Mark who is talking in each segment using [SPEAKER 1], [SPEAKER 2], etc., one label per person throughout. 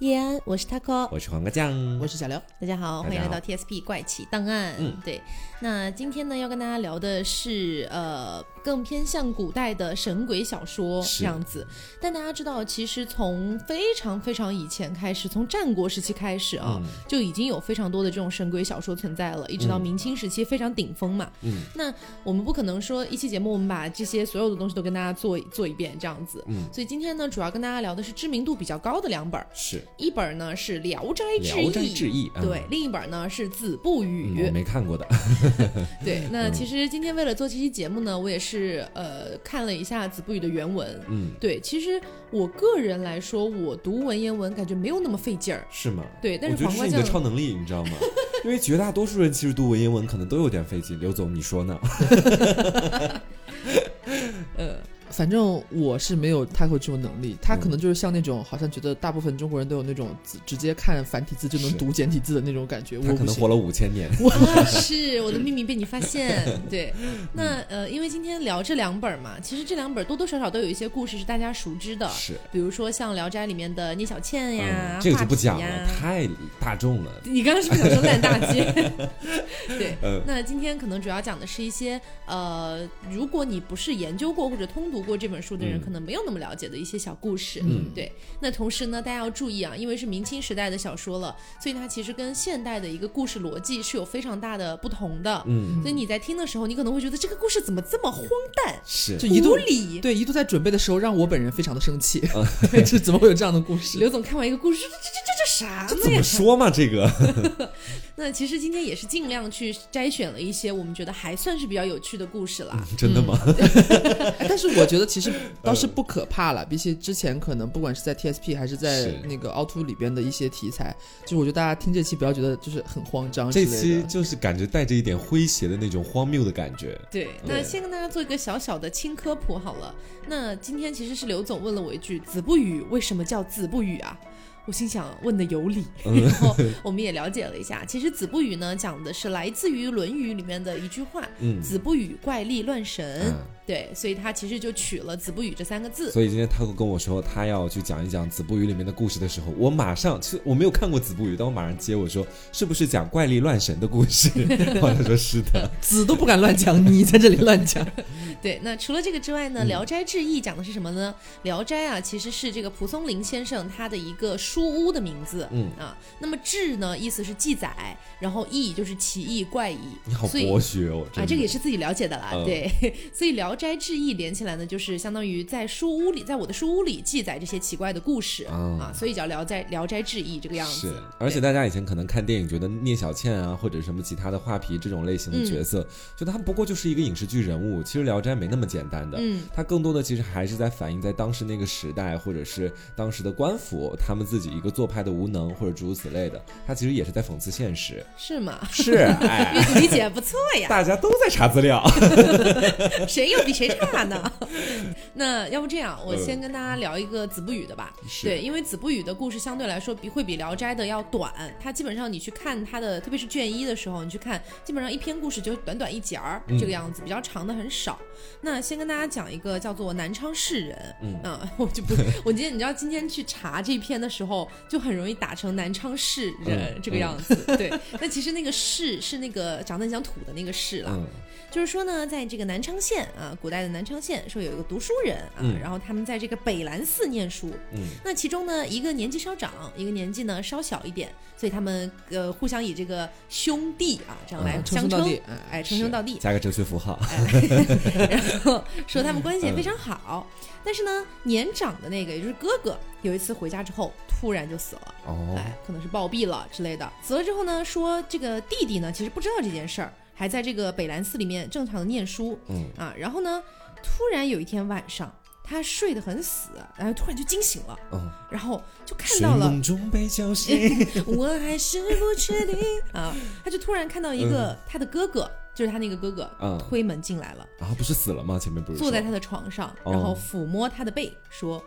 [SPEAKER 1] 叶安，我是 Taco，
[SPEAKER 2] 我是黄瓜酱，
[SPEAKER 3] 我是小刘。
[SPEAKER 1] 大家好，
[SPEAKER 2] 大
[SPEAKER 1] 欢
[SPEAKER 2] 家
[SPEAKER 1] 迎来
[SPEAKER 2] 好
[SPEAKER 1] 到 TSP 怪奇档案。
[SPEAKER 2] 嗯
[SPEAKER 1] 对，那今天呢要跟大家聊的是呃更偏向古代的神鬼小说
[SPEAKER 2] 是
[SPEAKER 1] 这样子。但大家知道，其实从非常非常以前开始，从战国时期开始啊，
[SPEAKER 2] 嗯
[SPEAKER 1] 就已经有非常多的这种神鬼小说存在了，一直到明清时期非常顶峰嘛。
[SPEAKER 2] 嗯，
[SPEAKER 1] 那我们不可能说一期节目我们把这些所有的东西都跟大家做做一遍这样子。
[SPEAKER 2] 嗯，
[SPEAKER 1] 所以今天呢，主要跟大家聊的是知名度比较高的两本儿。
[SPEAKER 2] 是
[SPEAKER 1] 一本呢是《聊斋
[SPEAKER 2] 《
[SPEAKER 1] 志
[SPEAKER 2] 聊
[SPEAKER 1] 异》，
[SPEAKER 2] 斋志异》啊，
[SPEAKER 1] 对，另一本呢是《子不
[SPEAKER 2] 嗯，
[SPEAKER 1] 语
[SPEAKER 2] 我》没看过的，
[SPEAKER 1] 对，那其实今天为了做这期节目呢，我也是呃看了一下《子不语》的原文。
[SPEAKER 2] 嗯，
[SPEAKER 1] 对，其实我个人来说，我读文言文感觉没有那么费 劲儿。
[SPEAKER 2] 是吗？
[SPEAKER 1] 对，但
[SPEAKER 2] 我觉
[SPEAKER 1] 是
[SPEAKER 2] 得
[SPEAKER 1] 黄瓜
[SPEAKER 2] 这是你
[SPEAKER 1] 酱
[SPEAKER 2] 的超能力，你知道吗？ 因为绝大多数人其实读文言文可能都有点费劲。刘总，你说呢？
[SPEAKER 3] 反正我是没有太会这种能力，他可能就是像那种好像觉得大部分中国人都有那种直直接看繁体字就能
[SPEAKER 2] 是
[SPEAKER 3] 读简体字的那种感觉，
[SPEAKER 2] 他
[SPEAKER 3] 我
[SPEAKER 2] 可
[SPEAKER 3] 不
[SPEAKER 2] 能
[SPEAKER 3] 行
[SPEAKER 2] 活。了五千年。
[SPEAKER 1] 啊，是我的秘密被你发现。 对，那呃，因为今天聊这两本嘛，其实这两本多多少少都有一些故事是大家熟知的，
[SPEAKER 2] 是，
[SPEAKER 1] 比如说像《聊斋》里面的聂小倩哎呀啊
[SPEAKER 2] 嗯，，这个就不
[SPEAKER 1] 画皮
[SPEAKER 2] 讲
[SPEAKER 1] 呀
[SPEAKER 2] 了，太大众了。
[SPEAKER 1] 你刚刚是不是想说烂大街？ 对
[SPEAKER 2] 嗯，
[SPEAKER 1] 那今天可能主要讲的是一些呃，如果你不是研究过或者通读过这本书的人，
[SPEAKER 2] 嗯
[SPEAKER 1] 可能没有那么了解的一些小故事。
[SPEAKER 2] 嗯
[SPEAKER 1] 对。那同时呢，大家要注意啊，因为是明清时代的小说了，所以它其实跟现代的一个故事逻辑是有非常大的不同的。
[SPEAKER 2] 嗯，
[SPEAKER 1] 所以你在听的时候，你可能会觉得这个故事怎么这么荒诞、
[SPEAKER 2] 是，
[SPEAKER 3] 就一
[SPEAKER 1] 无
[SPEAKER 3] 度
[SPEAKER 1] 理？
[SPEAKER 3] 嗯对一度在准备的时候，让我本人非常的生气，
[SPEAKER 2] 嗯
[SPEAKER 3] 这怎么会有这样的故事？
[SPEAKER 1] 刘总看完一个故事，这这这这这啥
[SPEAKER 2] 这
[SPEAKER 1] 呢
[SPEAKER 2] 怎么
[SPEAKER 1] 呀？
[SPEAKER 2] 说嘛？这个，
[SPEAKER 1] 那其实今天也是尽量去摘选了一些我们觉得还算是比较有趣的故事啦。
[SPEAKER 2] 真的吗？
[SPEAKER 3] 哎但是我觉得其实倒是不可怕了，比起之前可能不管是在 TSP 还是在
[SPEAKER 2] 是
[SPEAKER 3] 那个凹凸里边的一些题材，就是我觉得大家听这期不要觉得就是很慌张之
[SPEAKER 2] 这
[SPEAKER 3] 类的。
[SPEAKER 2] 期就是感觉带着一点诙谐的那种荒谬的感觉。
[SPEAKER 1] 对，那先跟大家做一个小小的轻科普好了。那今天其实是刘总问了我一句：“子不语为什么叫子不语啊？”我心想问的有理，然后我们也了解了一下，其实子不语呢讲的是来自于《论语》里面的一句话
[SPEAKER 2] 嗯：“，
[SPEAKER 1] 子不语怪力乱神。
[SPEAKER 2] 嗯
[SPEAKER 1] 对，所以它其实就取了“子不语”这三个字。
[SPEAKER 2] 所以今天他跟我说他要去讲一讲《子不语》里面的故事的时候，我马上，其实我没有看过《子不语》，但我马上接我说，是不是讲怪力乱神的故事？我他说是的，
[SPEAKER 3] 子都不敢乱讲，你在这里 乱讲，
[SPEAKER 1] 对，那除了这个之
[SPEAKER 2] 嗯
[SPEAKER 1] 外呢，聊斋志异》讲的是什么呢？聊斋》啊，其实是这个蒲松龄先生他的一个书屋的名字。
[SPEAKER 2] 嗯
[SPEAKER 1] 啊，那么志呢，意思是记载，然后异就是奇异怪异
[SPEAKER 2] 你好，
[SPEAKER 1] 所以
[SPEAKER 2] 博学哦，真
[SPEAKER 1] 啊，
[SPEAKER 2] 的
[SPEAKER 1] 这个也是自己了解的啦，
[SPEAKER 2] 嗯
[SPEAKER 1] 对。 所以《聊斋志异》连起来呢，就是相当于在书屋里，在我的书屋里记载这些奇怪的故事、
[SPEAKER 2] 嗯
[SPEAKER 1] 啊，所以叫《聊斋聊斋志异》这个样
[SPEAKER 2] 是
[SPEAKER 1] 子。，
[SPEAKER 2] 而且大家以前可能看电影觉得聂小倩啊，或者什么其他的画皮这种类型的角色，觉得他们不过就是一个影视剧人物。其实《聊斋》没那么简单的，
[SPEAKER 1] 嗯，
[SPEAKER 2] 它更多的其实还是在反映在当时那个时代，或者是当时的官府他们自己一个做派的无能，或者诸如此类的。它其实也是在讽刺现实。
[SPEAKER 1] 是吗？
[SPEAKER 2] 是，哎，
[SPEAKER 1] 理解不错呀。
[SPEAKER 2] 大家都在查资料。
[SPEAKER 1] 谁又比谁差 呢？那要不这样，我
[SPEAKER 2] 嗯
[SPEAKER 1] 先跟大家聊一个子不语的吧。
[SPEAKER 2] 是
[SPEAKER 1] 对，因为子不语的故事相对来说比会比《聊斋》的要短，它基本上你去看它的，特别是卷一的时候，你去看，基本上一篇故事就短短一节儿、
[SPEAKER 2] 嗯
[SPEAKER 1] 这个样子，比较长的很少。那先跟大家讲一个叫做南昌士人，啊
[SPEAKER 2] 嗯
[SPEAKER 1] 我就不，我今天你知道今天去查这篇的时候，就很容易打成南昌士人、
[SPEAKER 2] 嗯
[SPEAKER 1] 这个样子。对，那其实那个士是那个长得很像土的那个士啦。
[SPEAKER 2] 嗯，
[SPEAKER 1] 就是说呢，在这个南昌县啊，古代的南昌县说有一个读书人啊，
[SPEAKER 2] 嗯
[SPEAKER 1] 然后他们在这个北兰寺念书。
[SPEAKER 2] 嗯，
[SPEAKER 1] 那其中呢，一个年纪稍长，一个年纪呢稍小一点，所以他们呃互相以这个兄弟啊这样来
[SPEAKER 3] 嗯称
[SPEAKER 1] 相
[SPEAKER 3] 兄
[SPEAKER 1] 称，
[SPEAKER 3] 道弟哎
[SPEAKER 1] 哎，称兄道弟。
[SPEAKER 2] 加个哲学符
[SPEAKER 1] 哎
[SPEAKER 2] 号。
[SPEAKER 1] 然后说他们关系也非常好。但是呢，年长的那个，也就是哥哥，有一次回家之后突然就死了。
[SPEAKER 2] 哦，
[SPEAKER 1] 哎，可能是暴毙了之类
[SPEAKER 3] 哦
[SPEAKER 1] 的。死了之后呢，说这个弟弟呢，其实不知道这件事儿，还在这个北兰寺里面正常的念书
[SPEAKER 2] 嗯，
[SPEAKER 1] 啊。然后呢，突然有一天晚上，他睡得很死，然后突然就惊醒了，
[SPEAKER 2] 嗯，
[SPEAKER 1] 然后就看
[SPEAKER 2] 睡
[SPEAKER 1] 到了，
[SPEAKER 2] 梦中被叫醒。
[SPEAKER 1] 我还是不确定啊。他就突然看到一个他的哥哥，就是他那个哥哥，
[SPEAKER 2] 嗯
[SPEAKER 1] 推门进来了，
[SPEAKER 2] 啊，不是死了吗？前面不是
[SPEAKER 1] 坐在
[SPEAKER 2] 说
[SPEAKER 1] 他的床上，
[SPEAKER 2] 哦
[SPEAKER 1] 然后抚摸他的背，说：“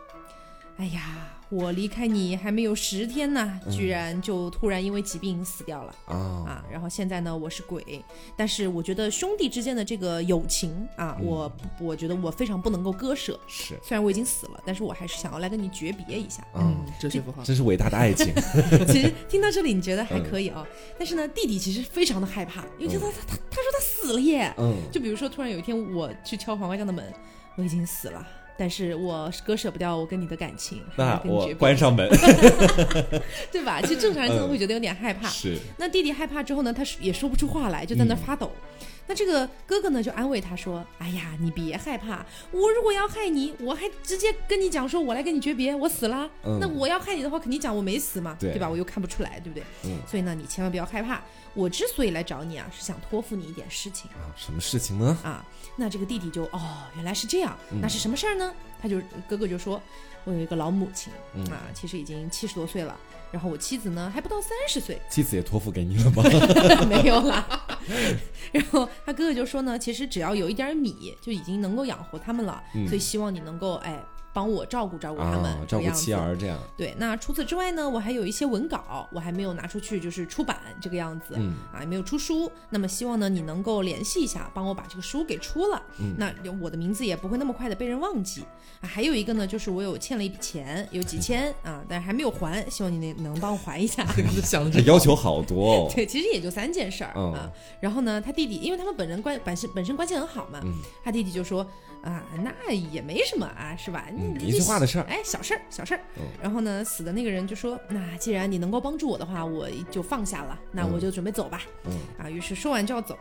[SPEAKER 1] 哎呀，我离开你还没有十天呢，
[SPEAKER 2] 嗯
[SPEAKER 1] 居然就突然因为疾病死掉了。
[SPEAKER 2] 啊，
[SPEAKER 1] 啊，然后现在呢，我是鬼，但是我觉得兄弟之间的这个友情啊，
[SPEAKER 2] 嗯
[SPEAKER 1] 我我觉得我非常不能够割舍。
[SPEAKER 2] 是，
[SPEAKER 1] 虽然我已经死了，但是我还是想要来跟你诀别一下。
[SPEAKER 2] 嗯，，
[SPEAKER 3] 哲学符号。
[SPEAKER 2] 真是伟大的爱情，
[SPEAKER 1] 其实听到这里，你觉得还
[SPEAKER 2] 嗯
[SPEAKER 1] 可以啊、但是呢，弟弟其实非常的害怕，因为觉得他他他说他死了耶。
[SPEAKER 2] 嗯，
[SPEAKER 1] 就比如说，突然有一天我去敲黄瓜酱的门，我已经死了，但是我割舍不掉我跟你的感情，还要
[SPEAKER 2] 那
[SPEAKER 1] 跟你
[SPEAKER 2] 我
[SPEAKER 1] 诀别
[SPEAKER 2] 关嗯上门，
[SPEAKER 1] 对吧？其实正常人真的会觉得有点害怕。
[SPEAKER 2] 是，
[SPEAKER 1] 那弟弟害怕之后呢，他是也说不出话来，就在那儿
[SPEAKER 2] 嗯
[SPEAKER 1] 发抖。那这个哥哥呢，就安慰他说：“哎呀，你别害怕，我如果要害你，我还直接跟你讲说，我来跟你诀别，我死了。
[SPEAKER 2] 嗯
[SPEAKER 1] 那我要害你的话，肯定讲我没死嘛，
[SPEAKER 2] 对
[SPEAKER 1] 吧？我又看不出来，对不对？
[SPEAKER 2] 嗯
[SPEAKER 1] 所以呢，你千万不要害怕。我之所以来找你啊，是想托付你一点事情
[SPEAKER 2] 啊，什么事情呢？
[SPEAKER 1] 啊。那这个弟弟就哦，原来是这样，
[SPEAKER 2] 嗯
[SPEAKER 1] 那是什么事儿呢？他就哥哥就说，我有一个老母亲、
[SPEAKER 2] 嗯
[SPEAKER 1] 啊，其实已经七十多岁了，然后我妻子呢还不到三十岁，
[SPEAKER 2] 妻子也托付给你了吗？
[SPEAKER 1] 没有 啦。然后他哥哥就说呢，其实只要有一点米，就已经能够养活他们了，
[SPEAKER 2] 嗯
[SPEAKER 1] 所以希望你能够哎帮我照顾照顾 他们，
[SPEAKER 2] 啊，
[SPEAKER 1] 这
[SPEAKER 2] 照顾
[SPEAKER 1] 样
[SPEAKER 2] 妻
[SPEAKER 1] 子。
[SPEAKER 2] 儿这样，
[SPEAKER 1] 对，那除此之外呢，我还有一些文稿，我还没有拿出去，就是出版这个样子。
[SPEAKER 2] 嗯
[SPEAKER 1] 啊，也没有出书，那么希望呢，你能够联系一下，帮我把这个书给出了，
[SPEAKER 2] 嗯
[SPEAKER 1] 那我的名字也不会那么快的被人忘记。啊，还有一个呢，就是我有欠了一笔钱，有几千啊，但是还没有还，希望你能能帮我还一下。
[SPEAKER 3] 想
[SPEAKER 2] 这
[SPEAKER 3] 着
[SPEAKER 2] 哎要求好多哦，
[SPEAKER 1] 对，其实也就三件事儿、
[SPEAKER 2] 嗯
[SPEAKER 1] 啊。然后呢，他弟弟，因为他们本人关本身本身关系很好嘛，
[SPEAKER 2] 嗯
[SPEAKER 1] 他弟弟就说啊，那也没什么啊，是吧？
[SPEAKER 2] 嗯
[SPEAKER 1] 你
[SPEAKER 2] 一句话的事儿
[SPEAKER 1] 哎，小事儿，小事儿。
[SPEAKER 2] 嗯
[SPEAKER 1] 然后呢，死的那个人就说，那既然你能够帮助我的话，我就放下了，那我就准备走吧。
[SPEAKER 2] 嗯
[SPEAKER 1] 啊，于是说完就要走。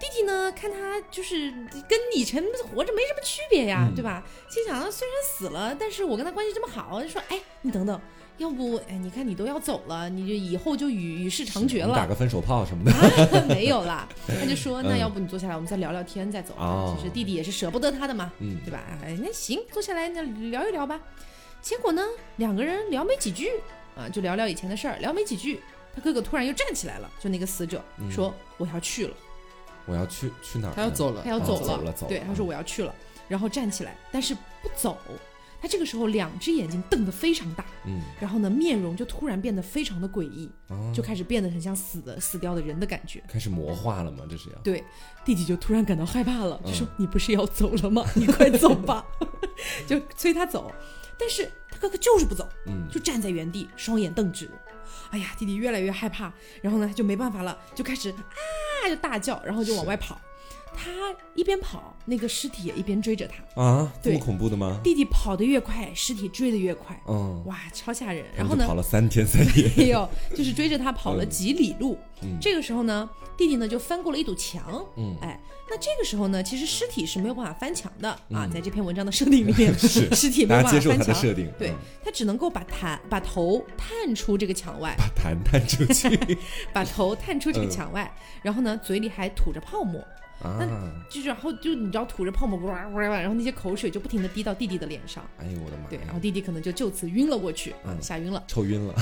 [SPEAKER 1] 弟弟呢，看他就是跟以前活着没什么区别呀，
[SPEAKER 2] 嗯
[SPEAKER 1] 对吧？心想，虽然死了，但是我跟他关系这么好，就说，哎，你等等，要不，哎，你看你都要走了，你就以后就与与世长绝
[SPEAKER 2] 你
[SPEAKER 1] 了
[SPEAKER 2] 打。个分手炮 什么的，
[SPEAKER 1] 啊，没有啦，他就说
[SPEAKER 2] 嗯
[SPEAKER 1] 那要不你坐下来，我们再聊聊天再走。
[SPEAKER 2] 哦
[SPEAKER 1] 就是弟弟也是舍不得他的嘛，
[SPEAKER 2] 嗯
[SPEAKER 1] 对吧？哎，那行，坐下来那聊一聊吧。结果呢，两个人聊没几句啊，就聊聊以前的事儿，聊没几句，他哥哥突然又站起来了，就那个死者
[SPEAKER 2] 嗯
[SPEAKER 1] 说我要去了，
[SPEAKER 2] 我要去去哪儿呢？
[SPEAKER 3] 他要走了，
[SPEAKER 1] 他要
[SPEAKER 2] 哦
[SPEAKER 1] 走
[SPEAKER 2] 走了走了
[SPEAKER 1] 对，他说我要去了，然后站起来，但是不走。他这个时候两只眼睛瞪得非常大，
[SPEAKER 2] 嗯，
[SPEAKER 1] 然后呢，面容就突然变得非常的诡异，
[SPEAKER 2] 啊
[SPEAKER 1] 就开始变得很像死的死掉的人的感觉。
[SPEAKER 2] 开始魔化了嘛，这是要。
[SPEAKER 1] 对，弟弟就突然感到害怕了，就说：“
[SPEAKER 2] 嗯
[SPEAKER 1] 你不是要走了吗？你快走吧！” 就催他走，但是他哥哥就是不走，
[SPEAKER 2] 嗯
[SPEAKER 1] 就站在原地，双眼瞪直。哎呀，弟弟越来越害怕，然后呢就没办法了，就开始啊就大叫，然后就往
[SPEAKER 2] 是
[SPEAKER 1] 外跑。他一边跑，那个尸体也一边追着他。
[SPEAKER 2] 啊，这么
[SPEAKER 1] 对
[SPEAKER 2] 恐怖的吗？
[SPEAKER 1] 弟弟跑得越快，尸体追得越快，
[SPEAKER 2] 嗯，
[SPEAKER 1] 哇，超吓人！
[SPEAKER 2] 他
[SPEAKER 1] 然
[SPEAKER 2] 们
[SPEAKER 1] 后
[SPEAKER 2] 就
[SPEAKER 1] 呢
[SPEAKER 2] 跑，了三天三夜，
[SPEAKER 1] 哎呦，就是追着他跑了
[SPEAKER 2] 嗯
[SPEAKER 1] 几里路。
[SPEAKER 2] 嗯
[SPEAKER 1] 这个时候呢，弟弟呢就翻过了一堵墙，
[SPEAKER 2] 嗯
[SPEAKER 1] 哎，那这个时候呢，其实尸体是没有办法翻墙的、啊，
[SPEAKER 2] 嗯
[SPEAKER 1] 在这篇文章的设定里面，
[SPEAKER 2] 是
[SPEAKER 1] 尸体没
[SPEAKER 2] 大
[SPEAKER 1] 有
[SPEAKER 2] 家
[SPEAKER 1] 办
[SPEAKER 2] 接
[SPEAKER 1] 法
[SPEAKER 2] 受
[SPEAKER 1] 翻
[SPEAKER 2] 他的
[SPEAKER 1] 墙，
[SPEAKER 2] 设定，
[SPEAKER 1] 对
[SPEAKER 2] 嗯，
[SPEAKER 1] 他只能够把探把头探出这个墙外，
[SPEAKER 2] 把痰探出 去
[SPEAKER 1] 把头探出这个
[SPEAKER 2] 嗯
[SPEAKER 1] 墙外，然后呢，嘴里还吐着泡沫，
[SPEAKER 2] 啊！
[SPEAKER 1] 就是然后就你知道吐着泡沫，哇哇哇，然后那些口水就不停的滴到弟弟的脸上。
[SPEAKER 2] 哎呦我的妈！
[SPEAKER 1] 对，然后，弟弟可能就就此晕了过去啊，
[SPEAKER 2] 嗯
[SPEAKER 1] 吓晕了。
[SPEAKER 2] 抽 晕了，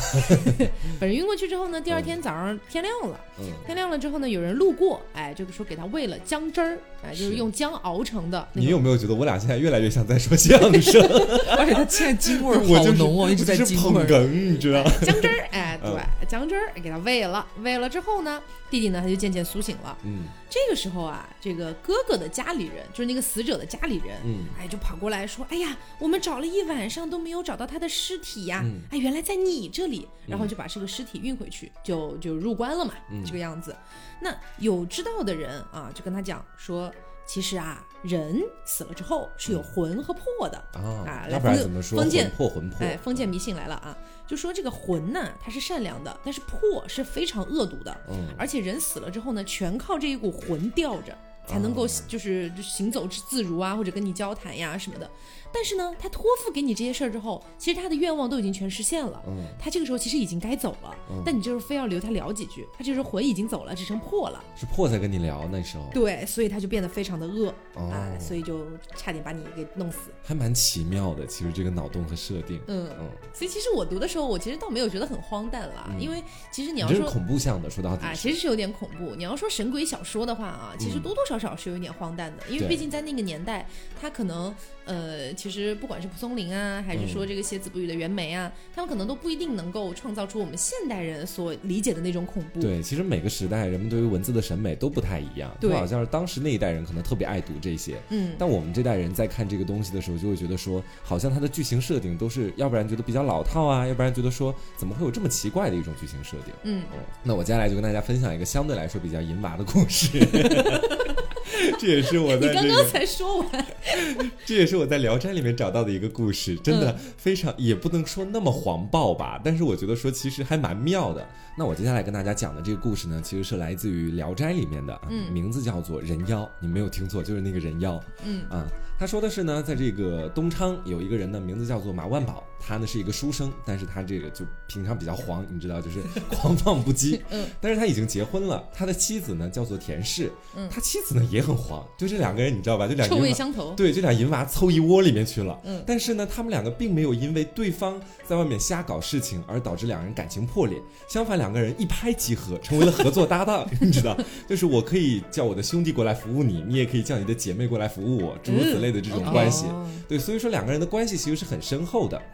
[SPEAKER 1] 反正晕过去之后呢，第二天早上天亮了，
[SPEAKER 2] 嗯
[SPEAKER 1] 天亮了之后呢，有人路过，哎，就是说给他喂了姜汁儿，哎，就是
[SPEAKER 2] 是
[SPEAKER 1] 用姜熬成的那
[SPEAKER 2] 你
[SPEAKER 1] 种
[SPEAKER 2] 有没有觉得我俩现在越来越像在说相 声？
[SPEAKER 3] 而且他现在京 味儿
[SPEAKER 2] 我
[SPEAKER 3] 好
[SPEAKER 2] 就是
[SPEAKER 3] 浓哦，一直在
[SPEAKER 2] 我就是
[SPEAKER 3] 京味
[SPEAKER 2] 捧
[SPEAKER 3] 儿。
[SPEAKER 2] 哏，你 知道？
[SPEAKER 1] 姜汁儿，哎，对，姜汁儿给他喂了，喂了之后呢，弟弟呢他就渐渐苏醒了。
[SPEAKER 2] 嗯
[SPEAKER 1] 这个时候啊，这个哥哥的家里人，就是那个死者的家里人，
[SPEAKER 2] 嗯
[SPEAKER 1] 哎，就跑过来说，哎呀，我们找了一晚上都没有找到他的尸体呀、
[SPEAKER 2] 嗯
[SPEAKER 1] 哎，原来在你这里，然后就把这个尸体运回去，就就入关了嘛，
[SPEAKER 2] 嗯
[SPEAKER 1] 这个样子。那有知道的人啊，就跟他讲说，其实啊，人死了之后是
[SPEAKER 2] 嗯
[SPEAKER 1] 有魂和魄的。
[SPEAKER 2] 啊
[SPEAKER 1] 啊，
[SPEAKER 2] 要不然
[SPEAKER 1] 封
[SPEAKER 2] 怎么说
[SPEAKER 1] 封建
[SPEAKER 2] 魂魄魂魄？
[SPEAKER 1] 哎，封建迷信来了啊！就说这个魂呢，它是善良的，但是魄是非常恶毒的，
[SPEAKER 2] 嗯
[SPEAKER 1] 而且人死了之后呢，全靠这一股魂吊着，才能够
[SPEAKER 2] 哦
[SPEAKER 1] 就是就行走之自如啊，或者跟你交谈呀什么的。但是呢，他托付给你这些事儿之后，其实他的愿望都已经全实现了。
[SPEAKER 2] 嗯，
[SPEAKER 1] 他这个时候其实已经该走了，但你就是非要留他聊几句，他就是魂已经走了，只剩魄了。
[SPEAKER 2] 是魄在跟你聊那时候，
[SPEAKER 1] 对，所以他就变得非常的恶、啊
[SPEAKER 2] 哦，
[SPEAKER 1] 所以就差点把你给弄死。
[SPEAKER 2] 还蛮奇妙的。其实这个脑洞和设定，
[SPEAKER 1] 嗯，
[SPEAKER 2] 嗯，
[SPEAKER 1] 所以其实我读的时候，我其实倒没有觉得很荒诞啦，因为其实你
[SPEAKER 2] 你
[SPEAKER 1] 要
[SPEAKER 2] 这是
[SPEAKER 1] 说
[SPEAKER 2] 恐怖向的，说到底
[SPEAKER 1] 啊，
[SPEAKER 2] 是
[SPEAKER 1] 其实是有点恐怖。你要说神鬼小说的话啊，其实
[SPEAKER 2] 嗯
[SPEAKER 1] 多多少少是有点荒诞的，因为
[SPEAKER 2] 对
[SPEAKER 1] 毕竟在那个年代，它可能呃，其实不管是蒲松龄啊，还是
[SPEAKER 2] 嗯
[SPEAKER 1] 说这个写《子不语》的袁枚啊，他们可能都不一定能够创造出我们现代人所理解的那种恐怖。
[SPEAKER 2] 对，其实每个时代人们对于文字的审美都不太一样，
[SPEAKER 1] 对
[SPEAKER 2] 就好像是当时那一代人可能特别爱读这些，
[SPEAKER 1] 嗯，
[SPEAKER 2] 但我们这代人在看这个东西的时候，就会觉得说，好像它的剧情设定都是，要不然觉得比较老套啊，要不然觉得说怎么会有这么奇怪的一种剧情设定。
[SPEAKER 1] 嗯，
[SPEAKER 2] 哦，那我接下来就跟大家分享一个相对来说比较淫娃的故 事， 这也是我
[SPEAKER 1] 你
[SPEAKER 2] 在
[SPEAKER 1] 刚
[SPEAKER 2] 这
[SPEAKER 1] 刚
[SPEAKER 2] 个
[SPEAKER 1] 才说完，
[SPEAKER 2] 这也是我在《聊斋》里面找到的一个故事，真
[SPEAKER 1] 嗯
[SPEAKER 2] 的非常、也不能说那么黄暴吧，但是我觉得说其实还蛮妙的。那我接下来跟大家讲的这个故事呢，其实是来自于《聊斋》里面的，啊
[SPEAKER 1] 嗯
[SPEAKER 2] 名字叫做人妖，你没有听错，就是那个人妖。
[SPEAKER 1] 嗯
[SPEAKER 2] 啊，他说的是呢，在这个东昌有一个人呢，名字叫做马万宝，他呢是一个书生，但是他这个就平常比较黄，你知道，就是 狂放不羁。
[SPEAKER 1] 嗯，
[SPEAKER 2] 但是他已经结婚了，他的妻子呢叫做田氏，
[SPEAKER 1] 嗯
[SPEAKER 2] 他妻子呢也很黄，就这两个人你知道吧？就两个
[SPEAKER 1] 臭
[SPEAKER 2] 人
[SPEAKER 1] 味相投。
[SPEAKER 2] 对，这俩银娃凑一窝里面去了。
[SPEAKER 1] 嗯
[SPEAKER 2] 但是呢，他们两个并没有因为对方在外面瞎搞事情而导致两人感情破裂，相反，两个人一拍即合，成为了合作搭档。 你知道，就是我可以叫我的兄弟过来服务你，你也可以叫你的姐妹过来服务我，诸如此类的这种
[SPEAKER 1] 嗯
[SPEAKER 2] 关系。
[SPEAKER 1] 哦
[SPEAKER 2] 对，所以说两个人的关系其实是很深厚的。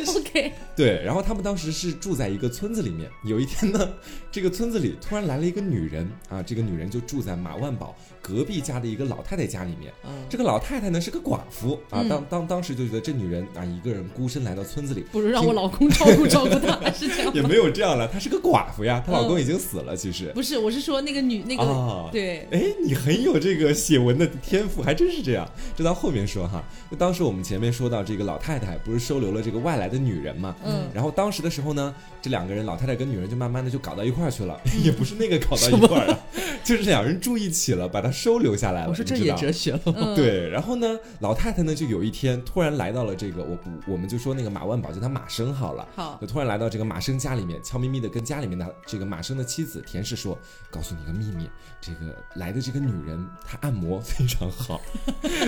[SPEAKER 1] OK，
[SPEAKER 2] 对，然后他们当时是住在一个村子里面。有一天呢，这个村子里突然来了一个女人啊，这个女人就住在马万宝隔壁家的一个老太太家里面。
[SPEAKER 3] 嗯，
[SPEAKER 2] 这个老太太呢是个寡妇啊，
[SPEAKER 1] 嗯
[SPEAKER 2] 当当当时就觉得这女人啊一个人孤身来到村子里，
[SPEAKER 1] 不如让我老公照顾照顾她，是这样
[SPEAKER 2] 也
[SPEAKER 1] 吗？
[SPEAKER 2] 没有这样了，她是个寡妇呀，她老公已经死了，其实
[SPEAKER 1] 不是，我是说那个女那个、
[SPEAKER 2] 啊。
[SPEAKER 1] 对，
[SPEAKER 2] 哎，你很有这个写文的天赋，还真是这样。这到后面说哈，就当时我们前面说到这个老太太不是收留了这个外来的女人嘛，
[SPEAKER 1] 嗯，
[SPEAKER 2] 然后当时的时候呢，这两个人老太太跟女人就慢慢的就搞到一块儿去了， 也不是那个搞到一块儿啊， 就是两人住一起了，把她收留下来了。
[SPEAKER 3] 我说这
[SPEAKER 2] 你知
[SPEAKER 3] 也
[SPEAKER 2] 道
[SPEAKER 3] 哲学了吗？
[SPEAKER 1] 嗯，
[SPEAKER 2] 对，然后呢，老太太呢就有一天突然来到了这个，我不，我们就说那个马万宝，就他马生好了，
[SPEAKER 1] 好，
[SPEAKER 2] 就突然来到这个马生家里面，悄咪咪的跟家里面的这个马生的妻子田氏说：“告诉你个秘密，这个来的这个女人，她按摩非常好，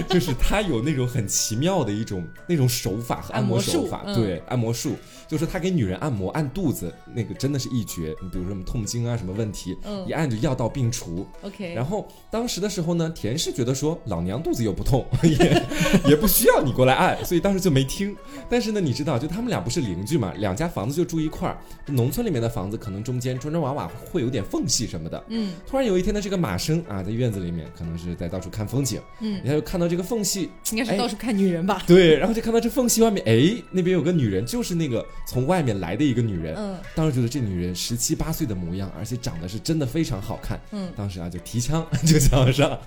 [SPEAKER 2] 就是她有那种很奇妙的一种那种手法和按摩手法，
[SPEAKER 1] 按摩术嗯
[SPEAKER 2] 对，按摩术，就是她给女人按摩按肚子，那个真的是一绝。你比如说什么痛经啊，什么问题，
[SPEAKER 1] 嗯
[SPEAKER 2] 一按就药到病除。
[SPEAKER 1] ，OK，
[SPEAKER 2] 然后当时的时候呢，田氏觉得说老娘肚子又不痛， 也也不需要你过来按，所以当时就没听。但是呢，你知道，就他们俩不是邻居嘛，两家房子就住一块儿，农村里面的房子可能中间砖砖瓦瓦会有点缝隙什么的。
[SPEAKER 1] 嗯
[SPEAKER 2] 突然有一天呢，这个马生啊，在院子里面可能是在到处看风景，
[SPEAKER 1] 嗯，
[SPEAKER 2] 然后就看到这个缝隙，
[SPEAKER 1] 应该是到处看女人吧？
[SPEAKER 2] 对，然后就看到这缝隙外面，哎，那边有个女人，就是那个从外面来的一个女人。
[SPEAKER 1] 嗯
[SPEAKER 2] 当时觉得这女人十七八岁的模样，而且长得是真的非常好看，
[SPEAKER 1] 嗯，
[SPEAKER 2] 当时啊就提枪 就想上，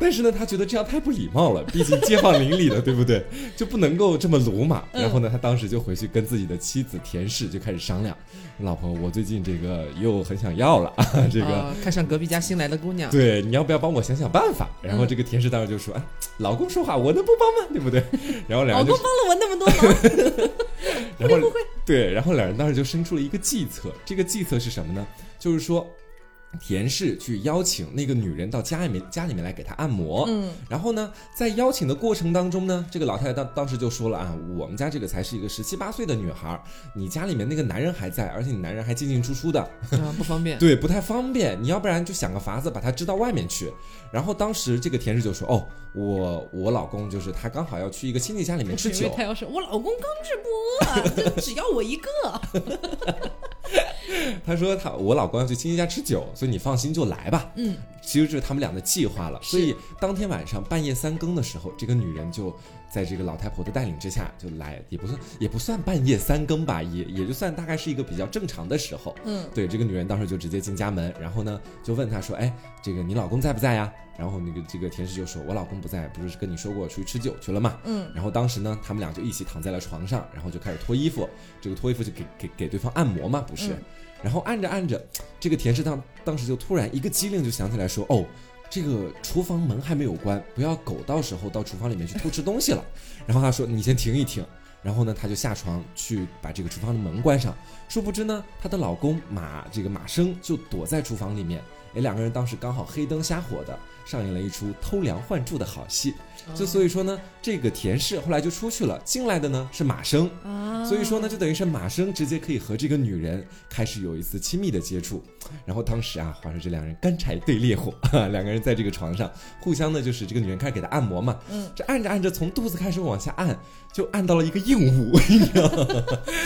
[SPEAKER 2] 但是呢，他觉得这样太不礼貌了，毕竟街坊邻里的，对不对？ 就不能够这么鲁莽。
[SPEAKER 1] 嗯
[SPEAKER 2] 然后呢，他当时就回去跟自己的妻子田氏就开始商量，老婆，我最近这个又很想要了， 这个。
[SPEAKER 1] 哦
[SPEAKER 3] 啊看上隔壁家新来的姑娘，
[SPEAKER 2] 对，你要不要帮我想想办法？然后
[SPEAKER 1] 嗯
[SPEAKER 2] 这个田氏当时就说：“哎，老公说话我能不帮吗？对不对？”然后两
[SPEAKER 1] 老
[SPEAKER 2] 人就
[SPEAKER 1] 公帮了我那么多忙，
[SPEAKER 2] 然后对，然后两人当时就生出了一个计策，这个计策是什么呢？就是说，田氏去邀请那个女人到家里面家里面来给她按摩。
[SPEAKER 1] 嗯
[SPEAKER 2] 然后呢，在邀请的过程当中呢，这个老太太当当时就说了啊，我们家这个才是一个十七八岁的女孩儿，你家里面那个男人还在，而且你男人还进进出出的，
[SPEAKER 1] 嗯
[SPEAKER 3] 啊，不方便。
[SPEAKER 2] 对，不太方便。你要不然就想个法子把他支到外面去。然后当时这个田氏就说：“哦，我我老公就是他刚好要去一个亲戚家里面
[SPEAKER 1] 我
[SPEAKER 2] 吃
[SPEAKER 1] 以为
[SPEAKER 2] 酒，
[SPEAKER 1] 他要是我老公刚直播，啊就只要我一个，
[SPEAKER 2] 他说他我老公要去亲戚家吃酒，所以你放心就来吧。”
[SPEAKER 1] 嗯，
[SPEAKER 2] 其实这是他们俩的计划了。所以当天晚上半夜三更的时候，这个女人就在这个老太婆的带领之下就来，也不算也不算半夜三更吧，也也就算大概是一个比较正常的时候。
[SPEAKER 1] 嗯
[SPEAKER 2] 对，这个女人当时就直接进家门，然后呢就问她说：“哎，这个你老公在不在呀？”然后那个这个田氏就说：“我老公不在，不是跟你说过出去吃酒去了吗？”
[SPEAKER 1] 嗯
[SPEAKER 2] 然后当时呢，他们俩就一起躺在了床上，然后就开始脱衣服。这个脱衣服就给给给对方按摩嘛，不是？
[SPEAKER 1] 嗯
[SPEAKER 2] 然后按着按着，这个田氏当当时就突然一个机灵，就想起来说，哦。这个厨房门还没有关，不要狗到时候到厨房里面去偷吃东西了。然后他说：“你先停一停。”然后呢，她就下床去把这个厨房的门关上。殊不知呢，她的老公马这个马生就躲在厨房里面，哎，两个人当时刚好黑灯瞎火的上演了一出偷梁换柱的好戏。就
[SPEAKER 3] 嗯
[SPEAKER 2] 所以说呢，这个田氏后来就出去了，进来的呢是马生。
[SPEAKER 1] 啊，
[SPEAKER 2] 所以说呢，就等于是马生直接可以和这个女人开始有一次亲密的接触，然后当时啊，话说这两人干柴对烈火， 两个人在这个床上互相呢，就是这个女人开始给他按摩嘛，
[SPEAKER 1] 嗯，
[SPEAKER 2] 这按着按着从肚子开始往下按，就按到了一个硬物，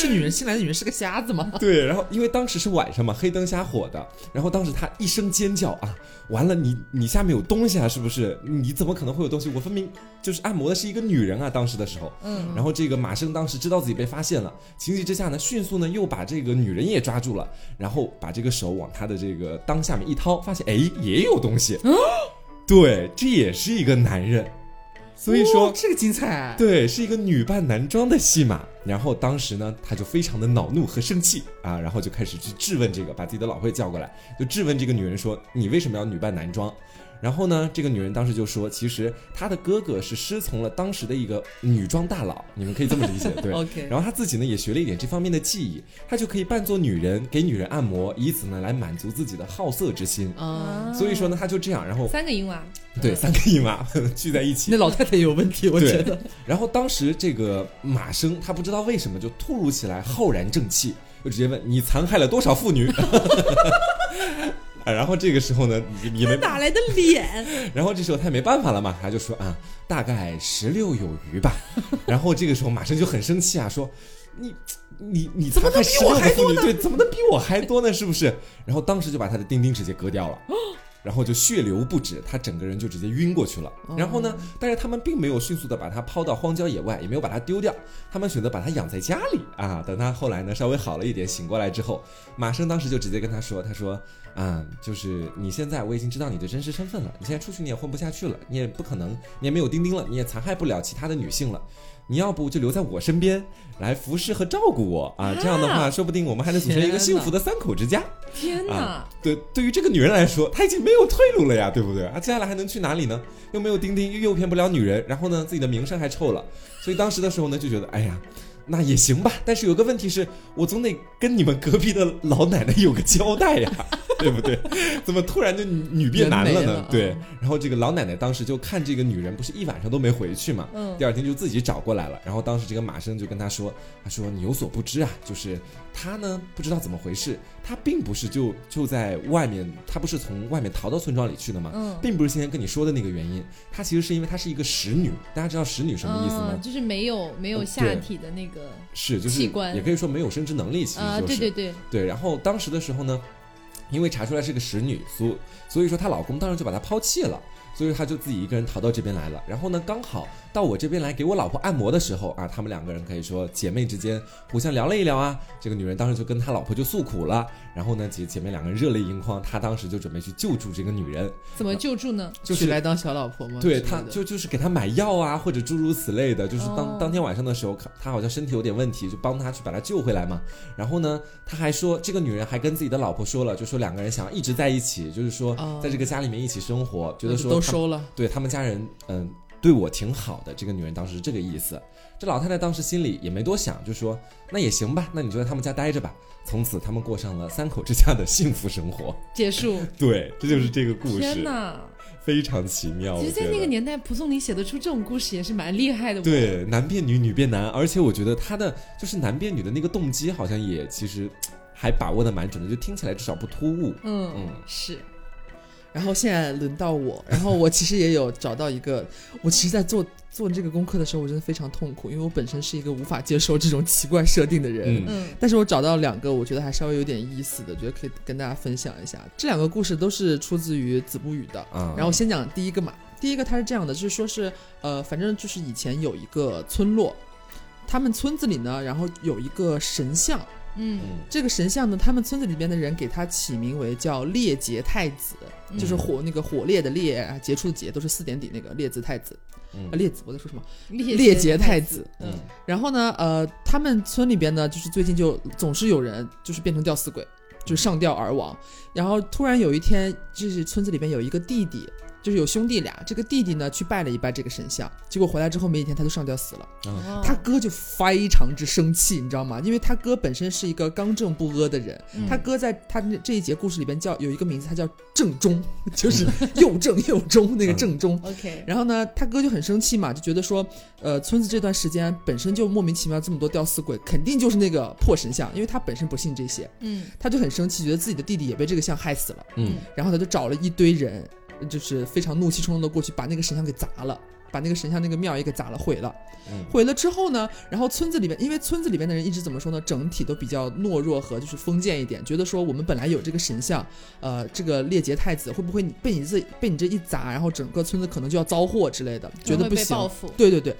[SPEAKER 3] 这女人新来的女人是个瞎子吗？
[SPEAKER 2] 对，然后因为当时是晚上嘛，黑灯瞎火的，然后当时他一声尖叫啊，完了你你下面有东西啊，是不是？你怎么可能会有东西？我分明就是按摩的是一个女人啊，当时的时候，
[SPEAKER 1] 嗯，
[SPEAKER 2] 然后这个马生当时知道自己被发现了，情急之下呢，迅速呢又把这个女人也抓住了，然后把这个手往她的这个裆下面一掏，发现哎也有东西，对，这也是一个男人，所以说
[SPEAKER 3] 哇哦这个精彩，
[SPEAKER 2] 对，是一个女扮男装的戏码。然后当时呢，他就非常的恼怒和生气啊，然后就开始去质问这个，把自己的老婆也叫过来，就质问这个女人说：“你为什么要女扮男装？”然后呢，这个女人当时就说：“其实她的哥哥是师从了当时的一个女装大 佬，你们可以这么理解，对。
[SPEAKER 3] ，OK，
[SPEAKER 2] 然后她自己呢也学了一点这方面的技艺，她就可以扮作女人给女人按摩，以此呢来满足自己的好色之心。
[SPEAKER 3] 啊，
[SPEAKER 2] 所以说呢，她就这样，然后
[SPEAKER 1] 三个英娃，
[SPEAKER 2] 对三个姨妈 聚在一起，
[SPEAKER 3] 那老太太也有问题，我
[SPEAKER 2] 对
[SPEAKER 3] 觉 得
[SPEAKER 2] 然后当时这个马生他不知道为什么就突如其来浩然正气，就直接问你残害了多少妇女。 啊然后这个时候呢，也也没，
[SPEAKER 1] 哪来的脸？
[SPEAKER 2] 然后这时候他也没办法了嘛，他就说啊，大概十六有余吧。 然后这个时候马生就很生气啊，说你你你怎么能比我还多呢？对，怎么能比我还多呢？是不是？然后当时就把他的丁丁直接割掉了。然后就血流不止，他整个人就直接晕过去了。然后呢，但是他们并没有迅速的把他抛到荒郊野外，也没有把他丢掉，他们选择把他养在家里啊。等他后来呢稍微好了一点，醒过来之后，马生当时就直接跟他说：“他说，啊，就是你现在我已经知道你的真实身份了，你现在出去你也混不下去了，你也不可能，你也没有丁丁了，你也残害不了其他的女性了。”你要不就留在我身边来服侍和照顾我啊，这样的话，说不定我们还能组成一个幸福的三口之家。
[SPEAKER 1] 天哪
[SPEAKER 2] 啊！对，对于这个女人来说，她已经没有退路了呀，对不对？啊，接下来还能去哪里呢？又没有钉钉，又诱骗不了女人，然后呢，自己的名声还臭了，所以当时的时候呢，就觉得，哎呀，那也行吧。但是有个问题是，我总得跟你们隔壁的老奶奶有个交代呀， 对不对？怎么突然就女女变男了
[SPEAKER 3] 人没
[SPEAKER 2] 呢？
[SPEAKER 3] 了啊
[SPEAKER 2] 对，然后这个老奶奶当时就看这个女人不是一晚上都没回去嘛，
[SPEAKER 1] 嗯
[SPEAKER 2] 第二天就自己找过来了。然后当时这个马生就跟他说：“他说你有所不知啊，就是他呢不知道怎么回事，他并不是就就在外面，他不是从外面逃到村庄里去的嘛，
[SPEAKER 1] 嗯，
[SPEAKER 2] 并不是先前跟你说的那个原因。他其实是因为他是一个使女，大家知道使女什么意思吗？
[SPEAKER 1] 嗯就是没有没有
[SPEAKER 2] 嗯
[SPEAKER 1] 下
[SPEAKER 2] 对
[SPEAKER 1] 体的那个
[SPEAKER 2] 是就是
[SPEAKER 1] 器官
[SPEAKER 2] 也可以说没有生殖能力，其实
[SPEAKER 1] 啊，
[SPEAKER 2] 就是、
[SPEAKER 1] 对对对，
[SPEAKER 2] 对，然后当时的时候呢，因为查出来是个使女，所所以说她老公当然就把她抛弃了，所以她就自己一个人逃到这边来了。然后呢，刚好到我这边来给我老婆按摩的时候啊，她们两个人可以说姐妹之间互相聊了一聊啊。这个女人当时就跟她老婆就诉苦了，然后呢姐姐妹两个人热泪盈眶，她当时就准备去救助这个女人，
[SPEAKER 1] 怎么救助呢？
[SPEAKER 2] 就
[SPEAKER 3] 娶
[SPEAKER 2] 是
[SPEAKER 3] 来当小老
[SPEAKER 1] 哦
[SPEAKER 3] 婆吗？
[SPEAKER 2] 对
[SPEAKER 3] 之类
[SPEAKER 2] 他
[SPEAKER 3] 的
[SPEAKER 2] 就就是给他买药啊，或者诸如此类的，就是当、
[SPEAKER 1] 哦
[SPEAKER 2] 当天晚上的时候，看他好像身体有点问题，就帮他去把他救回来嘛。然后呢，他还说这个女人还跟自己的老婆说了，就说两个人想要一直在一起，就是说
[SPEAKER 3] 哦
[SPEAKER 2] 在这个家里面一起生活，觉得
[SPEAKER 3] 那就
[SPEAKER 2] 说
[SPEAKER 3] 都
[SPEAKER 2] 他
[SPEAKER 3] 收了，
[SPEAKER 2] 对他们家人，嗯，对我挺好的。这个女人当时是这个意思。这老太太当时心里也没多想，就说那也行吧，那你就在他们家待着吧。从此，他们过上了三口之家的幸福生活。
[SPEAKER 1] 结束。
[SPEAKER 2] 对，这就是这个故
[SPEAKER 1] 天
[SPEAKER 2] 事，
[SPEAKER 1] 哪！
[SPEAKER 2] 非常奇妙。
[SPEAKER 1] 其实，
[SPEAKER 2] 我觉
[SPEAKER 1] 在
[SPEAKER 2] 得。
[SPEAKER 1] 那个年代，蒲松龄写得出这种故事也是蛮厉害的。，
[SPEAKER 2] 对，男变女，女变男，而且我觉得他的就是男变女的那个动机，好像也其实还把握的蛮准的，就听起来至少不突兀。
[SPEAKER 1] 嗯
[SPEAKER 2] 嗯，
[SPEAKER 1] 是
[SPEAKER 3] 然后现在轮到我，然后我其实也有找到一个，我其实，在做做这个功课的时候，我真的非常痛苦，因为我本身是一个无法接受这种奇怪设定的人。
[SPEAKER 2] 嗯
[SPEAKER 1] 嗯
[SPEAKER 3] 但是我找到两个，我觉得还稍微有点意思的，觉得可以跟大家分享一下。这两个故事都是出自于子不语的，
[SPEAKER 2] 啊，
[SPEAKER 3] 然后先讲第一个嘛，第一个它是这样的，就是说是呃，反正就是以前有一个村落，他们村子里呢，然后有一个神像，
[SPEAKER 1] 嗯
[SPEAKER 2] 嗯
[SPEAKER 3] 这个神像呢，他们村子里边的人给它起名为叫烈节太子，
[SPEAKER 1] 嗯
[SPEAKER 3] 就是火那个火烈的烈啊，杰出的杰都是四点底那个烈字太子，
[SPEAKER 2] 嗯
[SPEAKER 3] 啊烈子我在说什么？
[SPEAKER 1] 猎
[SPEAKER 3] 烈节太子。
[SPEAKER 2] 嗯
[SPEAKER 3] 然后呢，呃，他们村里边呢，就是最近就总是有人就是变成吊死鬼，就是上吊而亡。然后突然有一天，就是村子里边有一个弟弟，就是有兄弟俩，这个弟弟呢去拜了一拜这个神像，结果回来之后没几天他就上吊死了。
[SPEAKER 1] 哦
[SPEAKER 3] 他哥就非常之生气，你知道吗？因为他哥本身是一个刚正不阿的人，
[SPEAKER 1] 嗯
[SPEAKER 3] 他哥在他这这一节故事里边叫有一个名字，他叫正中，就是又正又中
[SPEAKER 1] 嗯
[SPEAKER 3] 那个正中。
[SPEAKER 1] OK，
[SPEAKER 3] 然后呢，他哥就很生气嘛，就觉得说，呃，村子这段时间本身就莫名其妙这么多吊死鬼，肯定就是那个破神像，因为他本身不信这些，
[SPEAKER 1] 嗯
[SPEAKER 3] 他就很生气，觉得自己的弟弟也被这个像害死了。
[SPEAKER 2] 嗯
[SPEAKER 3] 然后他就找了一堆人，就是非常怒气冲冲的过去，把那个神像给砸了，把那个神像那个庙也给砸了，毁了。
[SPEAKER 2] 嗯
[SPEAKER 3] 毁了之后呢，然后村子里面，因为村子里面的人一直怎么说呢，整体都比较懦弱和就是封建一点，觉得说我们本来有这个神像，呃，这个列杰太子会不会你被你这被你这一砸，然后整个村子可能就要遭祸之类的，觉得
[SPEAKER 1] 会
[SPEAKER 3] 不
[SPEAKER 1] 被
[SPEAKER 3] 行，
[SPEAKER 1] 报复，
[SPEAKER 3] 对对对。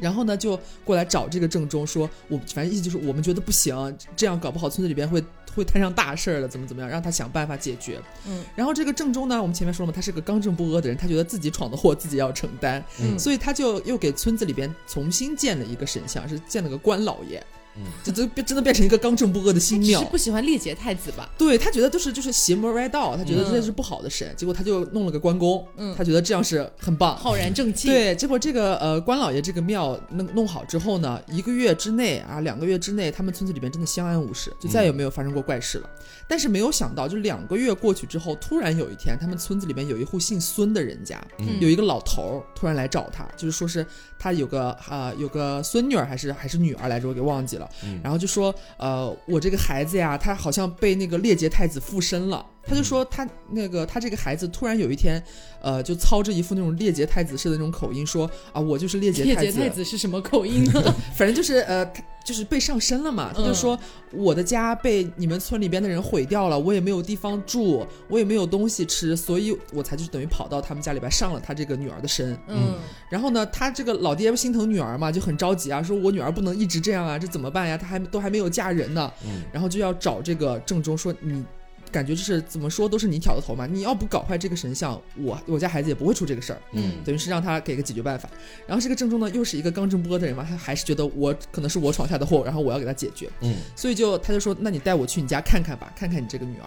[SPEAKER 3] 然后呢，就过来找这个郑中说，我反正意思就是我们觉得不行，这样搞不好村子里边会会摊上大事儿了，怎么怎么样，让他想办法解决。
[SPEAKER 1] 嗯，
[SPEAKER 3] 然后这个郑中呢，我们前面说了嘛，他是个刚正不阿的人，他觉得自己闯的祸自己要承担，
[SPEAKER 2] 嗯
[SPEAKER 3] 所以他就又给村子里边重新建了一个神像，是建了个官老爷，
[SPEAKER 2] 嗯
[SPEAKER 3] 这这变真的变成一个刚正不阿的
[SPEAKER 1] 他
[SPEAKER 3] 新
[SPEAKER 1] 只
[SPEAKER 3] 庙
[SPEAKER 1] 是。不喜欢列杰太子吧？
[SPEAKER 3] 对他觉得就是就是邪魔歪道，他觉得
[SPEAKER 1] 嗯
[SPEAKER 3] 这是不好的神，结果他就弄了个关公，
[SPEAKER 1] 嗯
[SPEAKER 3] 他觉得这样是很
[SPEAKER 2] 嗯
[SPEAKER 3] 棒，
[SPEAKER 1] 浩然正气，，
[SPEAKER 3] 对，结果这个呃关老爷这个庙弄弄好之后呢，一个月之内啊，两个月之内，他们村子里边真的相安无事，就再也没有发生过怪事了。但是没有想到，就两个月过去之后，突然有一天，他们村子里面有一户姓孙的人家，
[SPEAKER 1] 嗯
[SPEAKER 3] 有一个老头儿突然来找他，就是说是他有个呃有个孙女儿还是还是女儿来着，我给忘记了。
[SPEAKER 2] 嗯
[SPEAKER 3] 然后就说呃我这个孩子呀，他好像被那个列杰太子附身了。他就说他那个他这个孩子突然有一天，呃就操着一副那种列杰太子式的那种口音说啊我就是列杰
[SPEAKER 1] 列
[SPEAKER 3] 太
[SPEAKER 1] 杰
[SPEAKER 3] 子，
[SPEAKER 1] 太子是什么口音呢？
[SPEAKER 3] 反正就是呃他就是被上身了嘛。他
[SPEAKER 1] 嗯
[SPEAKER 3] 就说、我的家被你们村里边的人毁掉了，我也没有地方住，我也没有东西吃，所以我才就是等于跑到他们家里边上了他这个女儿的身。
[SPEAKER 1] 嗯
[SPEAKER 3] 然后呢，他这个老爹心疼女儿嘛，就很着急啊，说我女儿不能一直这样啊，这怎么办呀？她还都还没有嫁人呢，
[SPEAKER 2] 嗯
[SPEAKER 3] 然后就要找这个郑州说你。感觉就是怎么说都是你挑的头嘛，你要不搞坏这个神像，我我家孩子也不会出这个事儿，
[SPEAKER 1] 嗯，
[SPEAKER 3] 等于是让他给个解决办法。然后这个郑州呢，又是一个刚正不阿的人嘛，他还是觉得我可能是我闯下的祸，然后我要给他解决，
[SPEAKER 2] 嗯
[SPEAKER 3] 所以就他就说，那你带我去你家看看吧，看看你这个女儿。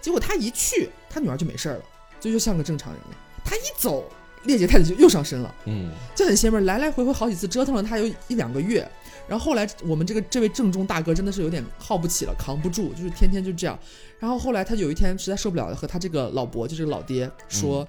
[SPEAKER 3] 结果他一去，他女儿就没事儿了，就就像个正常人了。他一走，列姐太子就又上身了。
[SPEAKER 2] 嗯
[SPEAKER 3] 就很邪门，来来回回好几次折腾了他有一两个月。然后后来我们这个这位正中大哥真的是有点耗不起了，扛不住，就是天天就这样。然后后来他有一天实在受不了了，和他这个老伯，就是老爹说。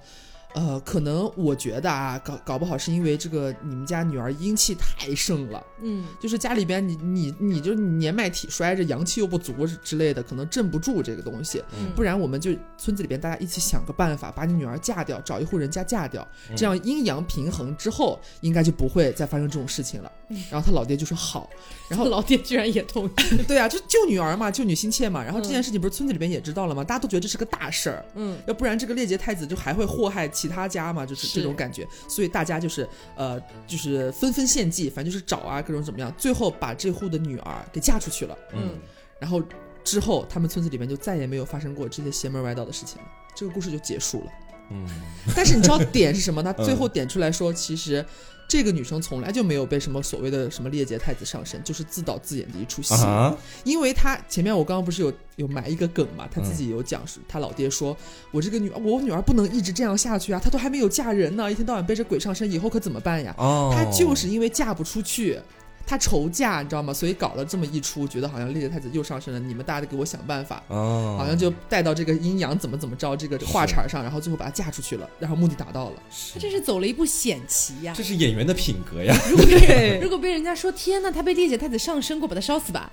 [SPEAKER 3] 呃，可能我觉得啊，搞搞不好是因为这个你们家女儿阴气太盛了，
[SPEAKER 1] 嗯
[SPEAKER 3] 就是家里边你你你就是你年迈体衰，这阳气又不足之类的，可能镇不住这个东西。
[SPEAKER 1] 嗯，
[SPEAKER 3] 不然我们就村子里边大家一起想个办法，把你女儿嫁掉，找一户人家嫁掉，
[SPEAKER 1] 嗯
[SPEAKER 3] 这样阴阳平衡之后，应该就不会再发生这种事情了。
[SPEAKER 1] 嗯
[SPEAKER 3] 然后他老爹就说 好，然后
[SPEAKER 1] 老爹居然也同意，
[SPEAKER 3] 对啊，就救女儿嘛，救女心切嘛。然后这
[SPEAKER 1] 嗯
[SPEAKER 3] 件事情不是村子里边也知道了吗？大家都觉得这是个大事儿，
[SPEAKER 1] 嗯
[SPEAKER 3] 要不然这个列杰太子就还会祸害其他家嘛，就是
[SPEAKER 1] 是
[SPEAKER 3] 这种感觉。所以大家就是呃，就是纷纷献计，反正就是找啊，各种怎么样，最后把这户的女儿给嫁出去了。
[SPEAKER 2] 嗯
[SPEAKER 3] 然后之后，他们村子里面就再也没有发生过这些邪门歪道的事情了。这个故事就结束了。
[SPEAKER 2] 嗯
[SPEAKER 3] 但是你知道点是什么？他
[SPEAKER 2] 嗯
[SPEAKER 3] 最后点出来说，其实这个女生从来就没有被什么所谓的什么列杰太子上身，就是自导自演的一出戏。
[SPEAKER 2] 啊
[SPEAKER 3] 因为她前面我刚刚不是有有埋一个梗
[SPEAKER 2] 嗯
[SPEAKER 3] 嘛，她自己有讲是，她老爹说，我这个女我女儿不能一直这样下去啊，她都还没有嫁人呢，一天到晚被这鬼上身，以后可怎么办呀？
[SPEAKER 2] 哦，
[SPEAKER 3] 她就是因为嫁不出去。她愁嫁，你知道吗？所以搞了这么一出，觉得好像列杰太子又上身了，你们大家得给我想办法。
[SPEAKER 2] 哦，
[SPEAKER 3] 好像就带到这个阴阳怎么怎么着这个话茬上，然后最后把她嫁出
[SPEAKER 2] 哦
[SPEAKER 3] 去了，然后目的达到了。
[SPEAKER 1] 他这是走了一步险棋呀
[SPEAKER 2] 这。是演员的品格 呀，
[SPEAKER 1] 如果被
[SPEAKER 3] 对
[SPEAKER 1] 如果被人家说天呐，他被列姐太子上身过，把他烧死 吧。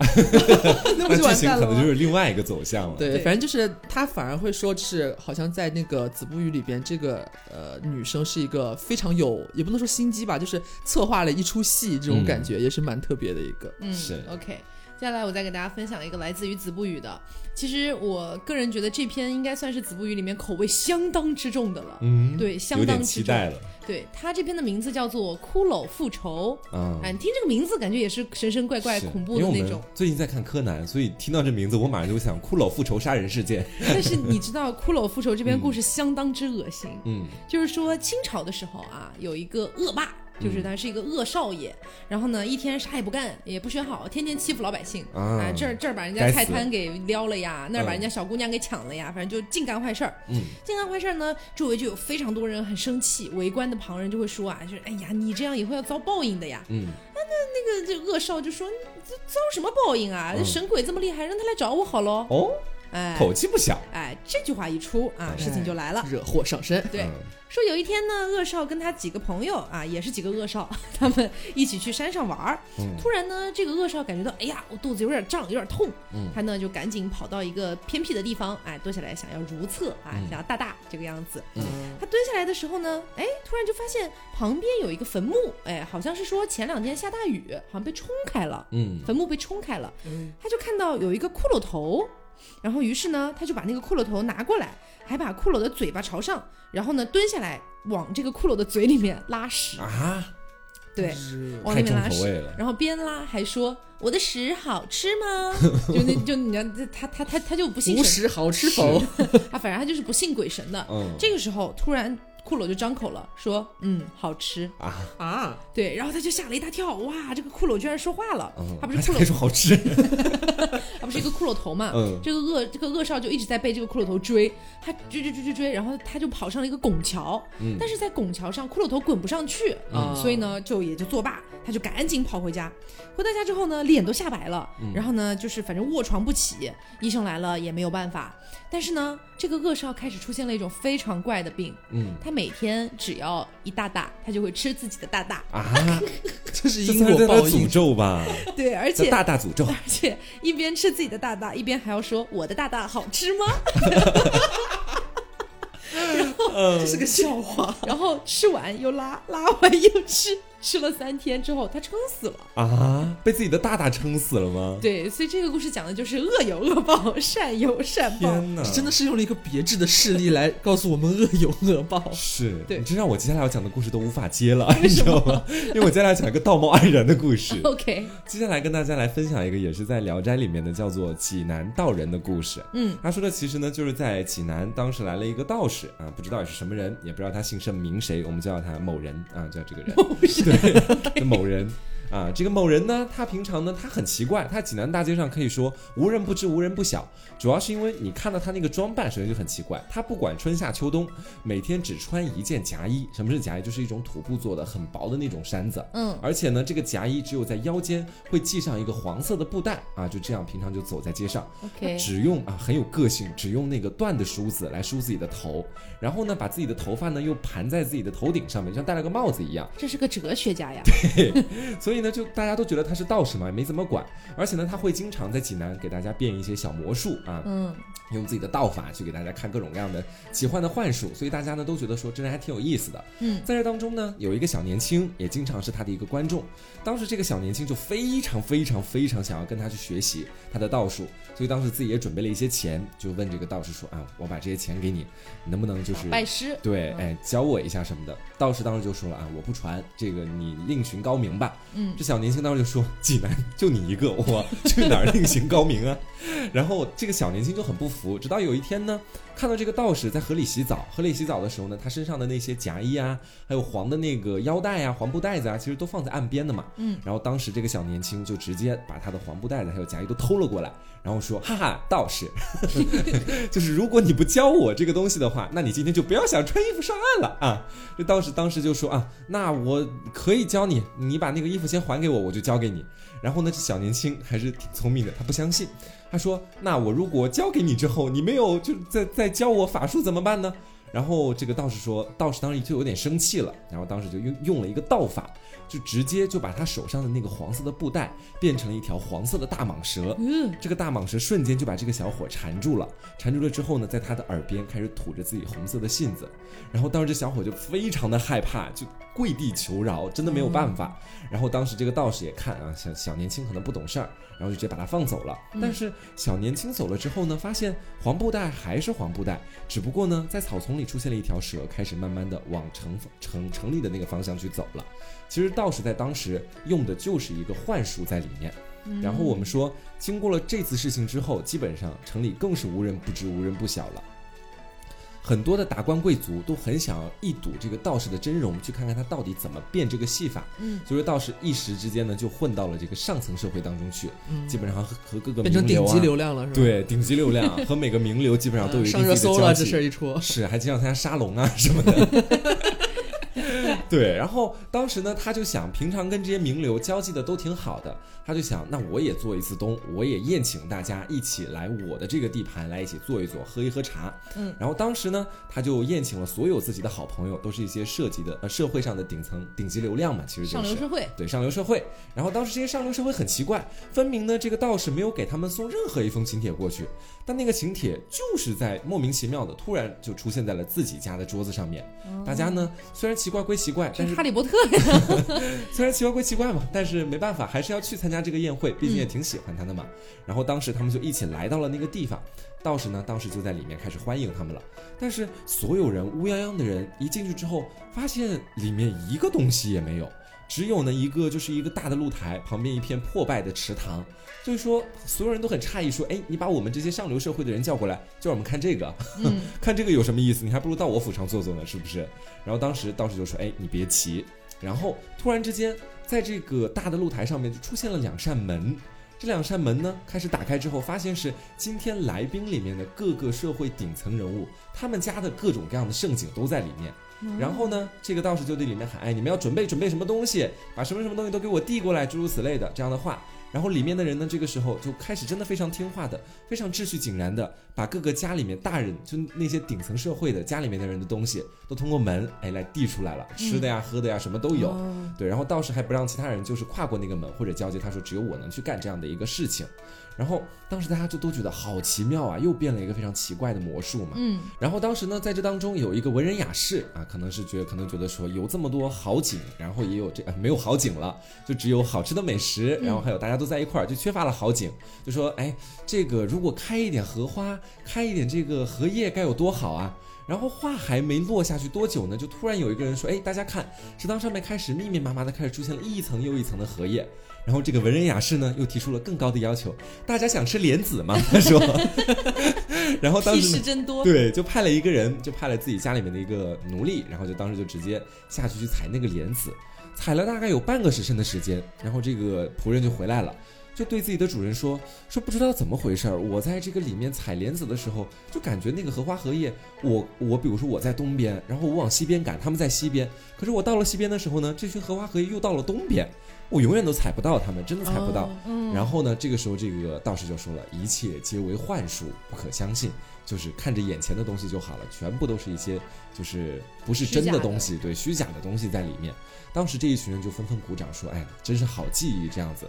[SPEAKER 3] 那
[SPEAKER 2] 那剧情可能就？是另外一个走向了。
[SPEAKER 3] 对，
[SPEAKER 1] 对
[SPEAKER 3] 反正就是他反而会说，就是好像在那个《子不语》里边，这个呃女生是一个非常有，也不能说心机吧，就是策划了一出戏，这种
[SPEAKER 2] 嗯
[SPEAKER 3] 感觉、也是蛮特别的一个。
[SPEAKER 1] 嗯，
[SPEAKER 2] 是
[SPEAKER 1] OK。接下来我再给大家分享一个来自于子不语的。其实我个人觉得这篇应该算是子不语里面口味相当之重的了。
[SPEAKER 2] 嗯，
[SPEAKER 1] 对，相
[SPEAKER 2] 有
[SPEAKER 1] 当
[SPEAKER 2] 点
[SPEAKER 1] 之
[SPEAKER 2] 期
[SPEAKER 1] 重。
[SPEAKER 2] 待了
[SPEAKER 1] 对他这篇的名字叫做《骷髅复仇》。
[SPEAKER 2] 啊。
[SPEAKER 1] 哎，你听这个名字，感觉也是神神怪怪、
[SPEAKER 2] 是
[SPEAKER 1] 恐怖
[SPEAKER 2] 因
[SPEAKER 1] 的
[SPEAKER 2] 为我
[SPEAKER 1] 那
[SPEAKER 2] 们
[SPEAKER 1] 种。
[SPEAKER 2] 最近在看柯南，所以听到这名字，我马上就会想骷髅复仇杀人事件。
[SPEAKER 1] 但是你知道，《骷髅复仇》这篇故事相当之恶心。
[SPEAKER 2] 嗯
[SPEAKER 1] 就是说，清朝的时候啊，有一个恶霸，
[SPEAKER 2] 嗯
[SPEAKER 1] 就是他是一个恶少爷，然后呢一天啥也不干，也不学好，天天欺负老百姓。
[SPEAKER 2] 啊
[SPEAKER 1] 啊，这儿这儿把人家
[SPEAKER 2] 该死
[SPEAKER 1] 菜摊给撩了呀，那儿把人家小姑娘给抢了呀，反正就净干坏事儿。
[SPEAKER 2] 嗯，
[SPEAKER 1] 净干坏事儿呢，周围就有非常多人很生气，围观的旁人就会说啊，就是哎呀，你这样以后要遭报应的呀。
[SPEAKER 2] 嗯，
[SPEAKER 1] 那个这恶少就说，你这遭什么报应啊？
[SPEAKER 2] 嗯
[SPEAKER 1] 神鬼这么厉害，让他来找我好喽。
[SPEAKER 2] 哦，
[SPEAKER 1] 哎
[SPEAKER 2] 口气不小，
[SPEAKER 1] 哎，这句话一出
[SPEAKER 2] 哎
[SPEAKER 1] 啊，事情就来了。
[SPEAKER 3] 惹祸上身。
[SPEAKER 1] 对
[SPEAKER 2] 嗯，
[SPEAKER 1] 说有一天呢，恶少跟他几个朋友啊，也是几个恶少， 他们一起去山上玩儿。
[SPEAKER 2] 嗯
[SPEAKER 1] 突然呢，这个恶少感觉到，哎呀，我肚子有点胀，有点痛。
[SPEAKER 2] 嗯
[SPEAKER 1] 他呢就赶紧跑到一个偏僻的地方，哎，蹲下来想要如厕，哎，
[SPEAKER 2] 嗯
[SPEAKER 1] 想要大大这个样子。
[SPEAKER 2] 嗯
[SPEAKER 1] 他蹲下来的时候呢，哎，突然就发现旁边有一个坟墓，哎，好像是说前两天下大雨，好像被冲开了，
[SPEAKER 2] 嗯
[SPEAKER 1] 坟墓被冲开了。他就看到有一个骷髅头，然后于是呢，他就把那个骷髅头拿过来，还把骷髅的嘴巴朝上，然后呢蹲下来往这个骷髅的嘴里面拉屎，
[SPEAKER 2] 啊，
[SPEAKER 1] 对，
[SPEAKER 3] 是
[SPEAKER 1] 往
[SPEAKER 2] 太
[SPEAKER 1] 里
[SPEAKER 2] 重
[SPEAKER 1] 面拉
[SPEAKER 2] 口
[SPEAKER 1] 屎，
[SPEAKER 2] 味了，
[SPEAKER 1] 然后边拉还说我的屎好吃吗？ 就那就你知道他他他他就不信
[SPEAKER 3] 无
[SPEAKER 1] 神
[SPEAKER 3] 食好吃否？
[SPEAKER 1] 啊，反正他就是不信鬼神的。
[SPEAKER 2] 嗯，
[SPEAKER 1] 这个时候突然骷髅就张口了，说嗯好吃，
[SPEAKER 2] 啊，
[SPEAKER 3] 啊，
[SPEAKER 1] 对，然后他就吓了一大跳，哇，这个骷髅居然说话了，
[SPEAKER 2] 嗯
[SPEAKER 1] 他不是骷
[SPEAKER 2] 还
[SPEAKER 1] 髅，
[SPEAKER 2] 说好吃，
[SPEAKER 1] 他不是一个骷髅头嘛，
[SPEAKER 2] 嗯
[SPEAKER 1] 这个恶这个恶少就一直在被这个骷髅头追，他追追追追追，然后他就跑上了一个拱桥，
[SPEAKER 2] 嗯啊
[SPEAKER 1] 但是在拱桥上骷髅头滚不上去，
[SPEAKER 3] 嗯
[SPEAKER 1] 所以呢就也就作罢，他就赶紧跑回家。回到家之后呢，脸都吓白了，
[SPEAKER 2] 嗯
[SPEAKER 1] 然后呢就是反正卧床不起，医生来了也没有办法。但是呢，这个恶少开始出现了一种非常怪的病，
[SPEAKER 2] 嗯
[SPEAKER 1] 他每天只要一大大，他就会吃自己的大大，
[SPEAKER 2] 啊，
[SPEAKER 3] 这是
[SPEAKER 2] 这
[SPEAKER 3] 因
[SPEAKER 2] 算
[SPEAKER 3] 果
[SPEAKER 2] 是他
[SPEAKER 3] 报
[SPEAKER 2] 诅
[SPEAKER 3] 应。
[SPEAKER 2] 咒吧？
[SPEAKER 1] 对，而
[SPEAKER 2] 这
[SPEAKER 1] 且
[SPEAKER 2] 大大诅 咒，
[SPEAKER 1] 而且一边吃自己的大大，一边还要说我的大大好吃吗？
[SPEAKER 2] 嗯
[SPEAKER 3] 这是个笑话。
[SPEAKER 1] 然后吃完又拉，拉完又吃，吃了三天之后他撑死了。
[SPEAKER 2] 啊，被自己的大大撑死了吗？
[SPEAKER 1] 对，所以这个故事讲的就是恶有恶报，善有善报。
[SPEAKER 2] 天哪，
[SPEAKER 3] 真的是用了一个别致的事例来告诉我们恶有恶 报。
[SPEAKER 2] 是，
[SPEAKER 1] 对，
[SPEAKER 2] 你这让我接下来要讲的故事都无法接了，你知道吗？因为我接下来讲一个道貌岸然的故事
[SPEAKER 1] OK，
[SPEAKER 2] 接下来跟大家来分享一个也是在《聊斋》里面的叫做济南道人的故事。
[SPEAKER 1] 嗯，
[SPEAKER 2] 他说的其实呢，就是在济南当时来了一个道士啊，不知道也是什么人，也不知道他姓甚名谁，我们叫他 某人啊，叫这个人，对，就某人。啊，这个某人呢，他平常呢，他很奇怪，他济南大街上可以说无人不知，无人不晓。主要是因为你看到他那个装扮，首先就很奇怪，他不管春夏秋冬，每天只穿一件夹衣。什么是夹衣？就是一种土布做的很薄的那种衫子。
[SPEAKER 1] 嗯，
[SPEAKER 2] 而且呢，这个夹衣只有在腰间会系上一个黄色的布带啊，就这样平常就走在街上。
[SPEAKER 1] OK
[SPEAKER 2] 只用啊很有个性，只用那个缎的梳子来梳自己的头，然后呢，把自己的头发呢又盘在自己的头顶上面，像戴了个帽子一样。
[SPEAKER 1] 这是个哲学家呀。
[SPEAKER 2] 所以呢，就大家都觉得他是道士嘛，也没怎么管。而且呢，他会经常在济南给大家变一些小魔术啊，
[SPEAKER 1] 嗯，
[SPEAKER 2] 用自己的道法去给大家看各种各样的奇幻的幻术，所以大家呢都觉得说真的还挺有意思的。
[SPEAKER 1] 嗯，
[SPEAKER 2] 在这当中呢，有一个小年轻也经常是他的一个观众，当时这个小年轻就非常非常非常想要跟他去学习他的道术，所以当时自己也准备了一些钱，就问这个道士说啊，我把这些钱给你，你能不能就是
[SPEAKER 1] 拜师。
[SPEAKER 2] 对，
[SPEAKER 1] 嗯
[SPEAKER 2] 哎，教我一下什么的。道士当时就说了啊，我不传，这个你另寻高明吧。
[SPEAKER 1] 嗯
[SPEAKER 2] 这小年轻当时就说，济南就你一个， 我去哪儿另寻高明啊？然后这个小年轻就很不服，直到有一天呢，看到这个道士在河里洗澡，河里洗澡的时候呢，他身上的那些夹衣啊，还有黄的那个腰带啊、黄布袋子啊，其实都放在岸边的嘛。
[SPEAKER 1] 嗯，
[SPEAKER 2] 然后当时这个小年轻就直接把他的黄布袋子还有夹衣都偷了过来，然后说：“哈哈，道士， 就是如果你不教我这个东西的话，那你今天就不要想穿衣服上岸了啊！”这道士当时就说：“啊，那我可以教你，你把那个衣服先还给我，我就交给你。”然后呢，这小年轻还是挺聪明的，他不相信，他说：“那我如果交给你之后，你没有就再再教我法术怎么办呢？”然后这个道士说，道士当时就有点生气了，然后当时就用用了一个道法，就直接就把他手上的那个黄色的布带变成了一条黄色的大蟒蛇。
[SPEAKER 1] 嗯，
[SPEAKER 2] 这个大蟒蛇瞬间就把这个小伙缠住了，缠住了之后呢，在他的耳边开始吐着自己红色的信子，然后当时这小伙就非常的害怕，就跪地求饶，真的没有办法。然后当时这个道士也看啊，小小年轻可能不懂事儿，然后就直接把他放走了。但是小年轻走了之后呢，发现黄布袋还是黄布袋，只不过呢，在草丛里出现了一条蛇，开始慢慢的往城城城里的那个方向去走了。其实道士在当时用的就是一个幻术在里面。
[SPEAKER 1] 嗯
[SPEAKER 3] 嗯
[SPEAKER 2] 然后我们说，经过了这次事情之后，基本上城里更是无人不知、无人不晓了。很多的达官贵族都很想要一睹这个道士的真容，去看看他到底怎么变这个戏法。
[SPEAKER 1] 嗯，
[SPEAKER 2] 所以说道士一时之间呢，就混到了这个上层社会当中去，
[SPEAKER 3] 嗯
[SPEAKER 2] 基本上和和各个
[SPEAKER 3] 变成
[SPEAKER 2] 名流
[SPEAKER 3] 顶
[SPEAKER 2] 啊
[SPEAKER 3] 级流量了，是吧？嗯
[SPEAKER 2] 对顶级流量和每个名流基本上都有一定
[SPEAKER 3] 上
[SPEAKER 2] 自己
[SPEAKER 3] 热
[SPEAKER 2] 的
[SPEAKER 3] 搜
[SPEAKER 2] 交
[SPEAKER 3] 了，这
[SPEAKER 2] 集
[SPEAKER 3] 事儿一出，
[SPEAKER 2] 是，还经常参加沙龙啊什么的。 对，然后当时呢，他就想，平常跟这些名流交际的都挺好的，他就想，那我也做一次东，我也宴请大家一起来我的这个地盘来一起坐一坐，喝一喝茶。
[SPEAKER 1] 嗯，
[SPEAKER 2] 然后当时呢，他就宴请了所有自己的好朋友，都是一些涉及的呃社会上的顶层顶级流量嘛，其实就
[SPEAKER 1] 上
[SPEAKER 2] 是
[SPEAKER 1] 流社会，
[SPEAKER 2] 对上流社会。然后当时这些上流社会很奇怪，分明呢这个道士没有给他们送任何一封请帖过去，但那个请帖就是在莫名其妙的突然就出现在了自己家的桌子上面。大家呢虽然奇怪归奇怪，但
[SPEAKER 1] 是
[SPEAKER 2] 是
[SPEAKER 1] 哈利波特
[SPEAKER 2] 虽然奇怪归奇怪嘛，但是没办法，还是要去参加这个宴会，毕竟也挺喜欢他的嘛。然后当时他们就一起来到了那个地方，道士呢当时就在里面开始欢迎他们了。但是所有人乌泱泱的人一进去之后，发现里面一个东西也没有。只有呢一个就是一个大的露台，旁边一片破败的池塘，所以说所有人都很诧异，说：“哎，你把我们这些上流社会的人叫过来，就让我们看这个，
[SPEAKER 1] 嗯
[SPEAKER 2] 看这个有什么意思？你还不如到我府上坐坐呢，是不是？”然后当时道士就说：“哎，你别急。”然后突然之间，在这个大的露台上面就出现了两扇门。这两扇门呢，开始打开之后，发现是今天来宾里面的各个社会顶层人物，他们家的各种各样的盛景都在里面。然后呢，这个道士就对里面喊：“哎，你们要准备准备什么东西，把什么什么东西都给我递过来，诸如此类的这样的话。”然后里面的人呢，这个时候就开始真的非常听话的，非常秩序井然的，把各个家里面大人，就那些顶层社会的家里面的人的东西，都通过门哎来递出来了，吃的呀、喝的呀，什么都有。
[SPEAKER 1] 嗯
[SPEAKER 3] 哦
[SPEAKER 2] 对，然后道士还不让其他人就是跨过那个门或者交接，他说只有我能去干这样的一个事情。然后当时大家就都觉得好奇妙啊，又变了一个非常奇怪的魔术嘛。
[SPEAKER 1] 嗯，
[SPEAKER 2] 然后当时呢，在这当中有一个文人雅士啊，可能是觉得可能觉得说有这么多好景，然后也有这、呃没有好景了，就只有好吃的美食，然后还有大家都在一块儿，就缺乏了好景，就说哎，这个如果开一点荷花，开一点这个荷叶该有多好啊！然后话还没落下去多久呢，就突然有一个人说：“哎，大家看，池塘上面开始密密麻麻的开始出现了一层又一层的荷叶。”然后这个文人雅士呢，又提出了更高的要求：“大家想吃莲子吗？”他说。 然后当
[SPEAKER 1] 屁
[SPEAKER 2] 时呢
[SPEAKER 1] 事真多，
[SPEAKER 2] 哦对，就派了一个人，就派了自己家里面的一个奴隶，然后就当时就直接下去去采那个莲子，采了大概有半个时辰的时间，然后这个仆人就回来了。就对自己的主人说说不知道怎么回事儿，我在这个里面采莲子的时候，就感觉那个荷花荷叶，我我比如说我在东边，然后我往西边赶，他们在西边，可是我到了西边的时候呢，这群荷花荷叶又到了东边，我永远都采不到它们，真的采不到。
[SPEAKER 3] 哦
[SPEAKER 1] 嗯，
[SPEAKER 2] 然后呢，这个时候这个道士就说了，一切皆为幻术，不可相信。就是看着眼前的东西就好了，全部都是一些就是不是真的东西，对虚假的东西在里面。当时这一群人就纷纷鼓掌说：“哎，真是好技艺！”这样子。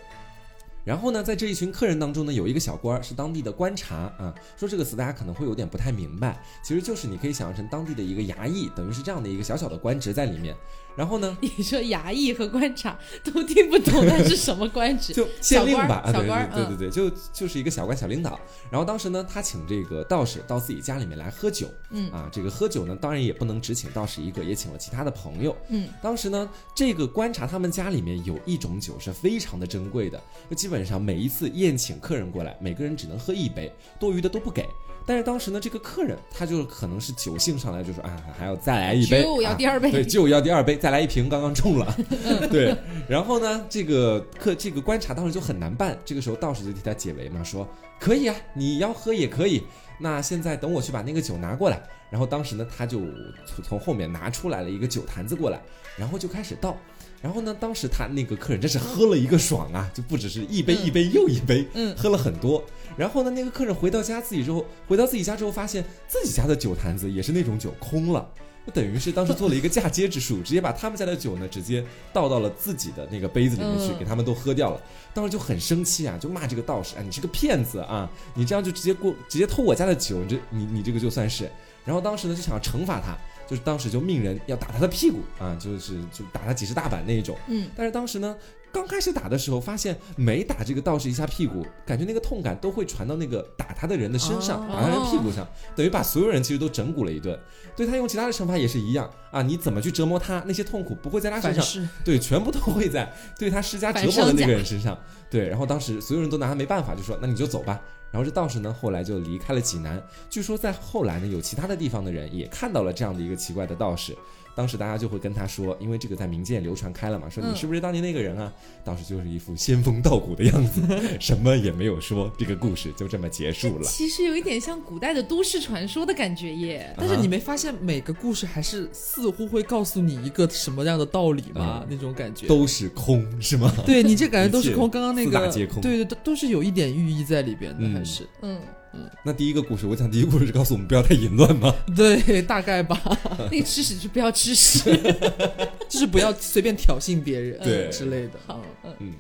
[SPEAKER 2] 然后呢，在这一群客人当中呢，有一个小官儿是当地的观察啊，说这个词大家可能会有点不太明白，其实就是你可以想象成当地的一个衙役，等于是这样的一个小小的官职在里面。然后呢，
[SPEAKER 1] 你说衙役和官场都听不懂，那是什么官职？
[SPEAKER 2] 就县令吧，啊，
[SPEAKER 1] 小
[SPEAKER 2] 对
[SPEAKER 1] 官儿嗯小官
[SPEAKER 2] 对
[SPEAKER 1] 儿
[SPEAKER 2] 对对对，就就是一个小官小领导。然后当时呢，他请这个道士到自己家里面来喝酒，
[SPEAKER 1] 嗯
[SPEAKER 2] 啊，这个喝酒呢，当然也不能只请道士一个，也请了其他的朋友。
[SPEAKER 1] 嗯，
[SPEAKER 2] 当时呢，这个观察他们家里面有一种酒是非常的珍贵的，就基本上每一次宴请客人过来，每个人只能喝一杯，多余的都不给。但是当时呢，这个客人他就可能是酒性上来就说啊，还要再来一杯，
[SPEAKER 1] 酒要
[SPEAKER 2] 啊
[SPEAKER 1] 第二杯
[SPEAKER 2] 对，酒要第二杯，再来一瓶，刚刚中了。 对，然后呢，这个客这个观察当时就很难办，这个时候道士就替他解围嘛，说可以啊，你要喝也可以。那现在等我去把那个酒拿过来，然后当时呢，他就从从后面拿出来了一个酒坛子过来，然后就开始倒。然后呢，当时他那个客人真是喝了一个爽啊，就不只是一杯一杯又一杯，
[SPEAKER 1] 嗯
[SPEAKER 2] 喝了很多。然后呢，那个客人回到家自己之后，回到自己家之后，发现自己家的酒坛子也是那种酒空了。就等于是当时做了一个嫁接 之术，直接把他们家的酒呢，直接倒到了自己的那个杯子里面去，
[SPEAKER 1] 嗯
[SPEAKER 2] 给他们都喝掉了。当时就很生气啊，就骂这个道士啊，你是个骗子啊，你这样就直接过直接偷我家的酒，你这你你这个就算是。然后当时呢就想要惩罚他，就是当时就命人要打他的屁股啊，就是就打他几十大板那一种。
[SPEAKER 1] 嗯，
[SPEAKER 2] 但是当时呢，刚开始打的时候，发现每打这个道士一下屁股，感觉那个痛感都会传到那个打他的人的身上，
[SPEAKER 3] 哦
[SPEAKER 2] 打他的屁股上，等于把所有人其实都整蛊了一顿。对他用其他的惩罚也是一样啊，你怎么去折磨他，那些痛苦不会在他身
[SPEAKER 3] 反
[SPEAKER 2] 上，
[SPEAKER 3] 噬，
[SPEAKER 2] 对，全部都会在对他施加折磨的那个人身上。对，然后当时所有人都拿他没办法，就说那你就走吧。然后这道士呢，后来就离开了济南。据说在后来呢，有其他的地方的人也看到了这样的一个奇怪的道士。当时大家就会跟他说，因为这个在民间流传开了嘛，说
[SPEAKER 1] 嗯
[SPEAKER 2] 你是不是当年那个人啊？当时就是一副仙风道骨的样 子，什么也没有说，这个故事就这么结束了。
[SPEAKER 1] 其实有一点像古代的都市传说的感觉耶。
[SPEAKER 3] 但是
[SPEAKER 2] 啊
[SPEAKER 3] 你没发现每个故事还是似乎会告诉你一个什么样的道理吗？
[SPEAKER 2] 嗯
[SPEAKER 3] 那种感觉。
[SPEAKER 2] 都是空是吗？
[SPEAKER 3] 对你这感觉都是
[SPEAKER 2] 一切
[SPEAKER 3] 空，刚刚那
[SPEAKER 2] 四大
[SPEAKER 3] 个
[SPEAKER 2] 皆空
[SPEAKER 3] 对对，都都是有一点寓意在里边的，
[SPEAKER 2] 嗯
[SPEAKER 3] 还是
[SPEAKER 1] 嗯，
[SPEAKER 2] 那第一个故事，我讲第一个故事是告诉我们不要太淫乱嘛。
[SPEAKER 3] 对， 大概吧，
[SPEAKER 1] 那个吃屎就不要吃屎。
[SPEAKER 3] 就是不要随便挑衅别人，
[SPEAKER 2] 对
[SPEAKER 3] 之类的。
[SPEAKER 1] 好
[SPEAKER 3] 嗯，
[SPEAKER 1] 嗯，
[SPEAKER 2] 嗯，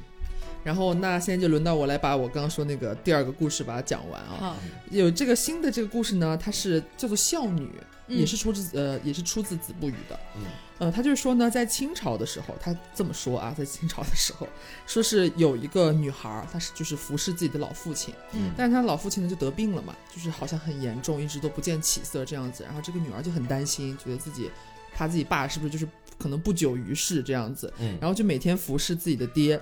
[SPEAKER 3] 然后那现在就轮到我来把我刚刚说那个第二个故事把它讲完啊。
[SPEAKER 1] 好，
[SPEAKER 3] 有这个新的这个故事呢，它是叫做《孝女》，
[SPEAKER 1] 嗯
[SPEAKER 3] 也是出自呃也是出自子不语的。
[SPEAKER 2] 嗯
[SPEAKER 3] 呃，他就是说呢，在清朝的时候，他这么说啊，在清朝的时候，说是有一个女孩儿，她是就是服侍自己的老父亲，
[SPEAKER 1] 嗯
[SPEAKER 3] 但是她老父亲呢就得病了嘛，就是好像很严重，一直都不见起色这样子。然后这个女儿就很担心，觉得自己怕自己爸是不是就是可能不久于世这样子，
[SPEAKER 2] 嗯
[SPEAKER 3] 然后就每天服侍自己的爹。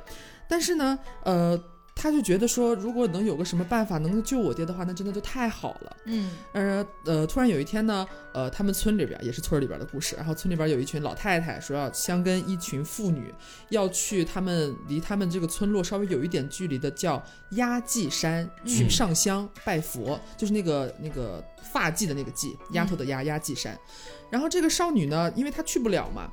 [SPEAKER 3] 但是呢，呃，她就觉得说，如果能有个什么办法能够救我爹的话，那真的就太好了。
[SPEAKER 1] 嗯
[SPEAKER 3] 呃呃，突然有一天呢，呃，他们村里边也是村里边的故事，然后村里边有一群老太太说要相跟一群妇女要去他们离他们这个村落稍微有一点距离的叫压髻山去
[SPEAKER 2] 嗯
[SPEAKER 3] 上香拜佛，就是那个那个发髻的那个髻，丫头的丫压髻山。然后这个少女呢，因为她去不了嘛。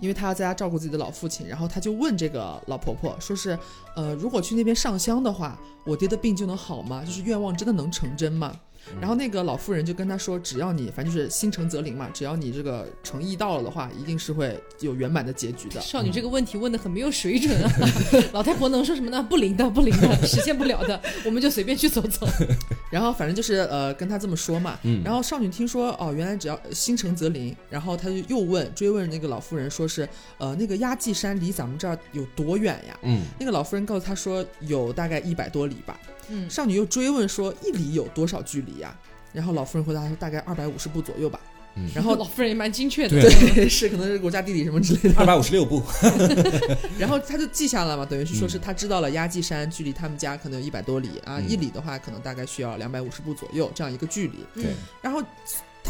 [SPEAKER 3] 因为她要在家照顾自己的老父亲，然后她就问这个老婆婆，说是，呃，如果去那边上香的话，我爹的病就能好吗？就是愿望真的能成真吗？然后那个老妇人就跟他说，只要你反正就是心诚则灵嘛，只要你这个诚意到了的话，一定是会有圆满的结局的。嗯
[SPEAKER 1] 少女这个问题问的很没有水准啊！ 老太婆能说什么呢？不灵的，不灵的，实现不了的，我们就随便去走走。
[SPEAKER 3] 然后反正就是呃跟他这么说嘛。
[SPEAKER 2] 嗯
[SPEAKER 3] 然后少女听说哦，原来只要心诚则灵，然后她就又问追问那个老妇人，说是呃那个压髻山离咱们这儿有多远呀？
[SPEAKER 2] 嗯
[SPEAKER 3] 那个老妇人告诉她说有大概一百多里吧。
[SPEAKER 1] 嗯
[SPEAKER 3] 少女又追问说一里有多少距离呀？啊然后老妇人回答说大概二百五十步左右吧。
[SPEAKER 2] 嗯
[SPEAKER 3] 然后
[SPEAKER 1] 老妇人也蛮精确的。
[SPEAKER 2] 对，
[SPEAKER 3] 是可能是国家地理什么之类的。
[SPEAKER 2] 二百五十六步。
[SPEAKER 3] 然后他就记下了嘛，等于是说是他知道了压髻山距离他们家可能有一百多里啊，
[SPEAKER 2] 嗯
[SPEAKER 3] 一里的话可能大概需要两百五十步左右这样一个距离。
[SPEAKER 1] 嗯
[SPEAKER 3] 然后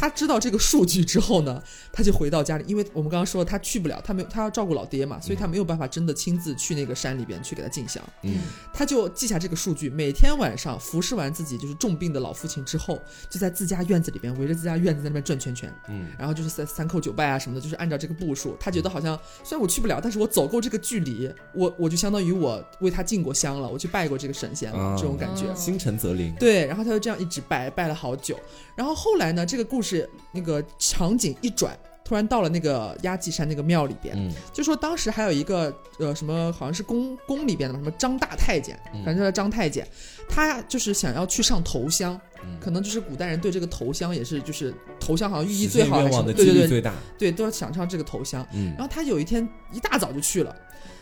[SPEAKER 3] 他知道这个数据之后呢， 他就回到家里，因为我们刚刚说他去不了，他没有他要照顾老爹嘛，所以他没有办法真的亲自去那个山里边去给他进香，
[SPEAKER 2] 嗯
[SPEAKER 3] 他就记下这个数据，每天晚上服侍完自己就是重病的老父亲之后，就在自家院子里边围着自家院子在那边转圈圈，
[SPEAKER 2] 嗯
[SPEAKER 3] 然后就是三三叩九拜啊什么的，就是按照这个步数，他觉得好像虽然我去不了，但是我走够这个距离，我我就相当于我为他进过香了，我去拜过这个神仙了，
[SPEAKER 2] 啊
[SPEAKER 3] 这种感觉。
[SPEAKER 1] 嗯
[SPEAKER 2] 心诚则灵。
[SPEAKER 3] 对，然后他就这样一直拜，拜了好久。然后后来呢，这个故事那个场景一转，突然到了那个压髻山那个庙里边，
[SPEAKER 2] 嗯
[SPEAKER 3] 就说当时还有一个呃什么，好像是宫宫里边的吧什么张大太监，
[SPEAKER 2] 嗯
[SPEAKER 3] 反正叫张太监，他就是想要去上头香，
[SPEAKER 2] 嗯
[SPEAKER 3] 可能就是古代人对这个头香也是就是头香好像寓意
[SPEAKER 2] 实
[SPEAKER 3] 最
[SPEAKER 2] 现
[SPEAKER 3] 好还
[SPEAKER 2] 愿
[SPEAKER 3] 是什
[SPEAKER 2] 望
[SPEAKER 3] 么，
[SPEAKER 2] 的
[SPEAKER 3] 对
[SPEAKER 2] 几率
[SPEAKER 3] 对对
[SPEAKER 2] 最大。
[SPEAKER 3] 对，都要想上这个头香。
[SPEAKER 2] 嗯
[SPEAKER 3] 然后他有一天一大早就去了，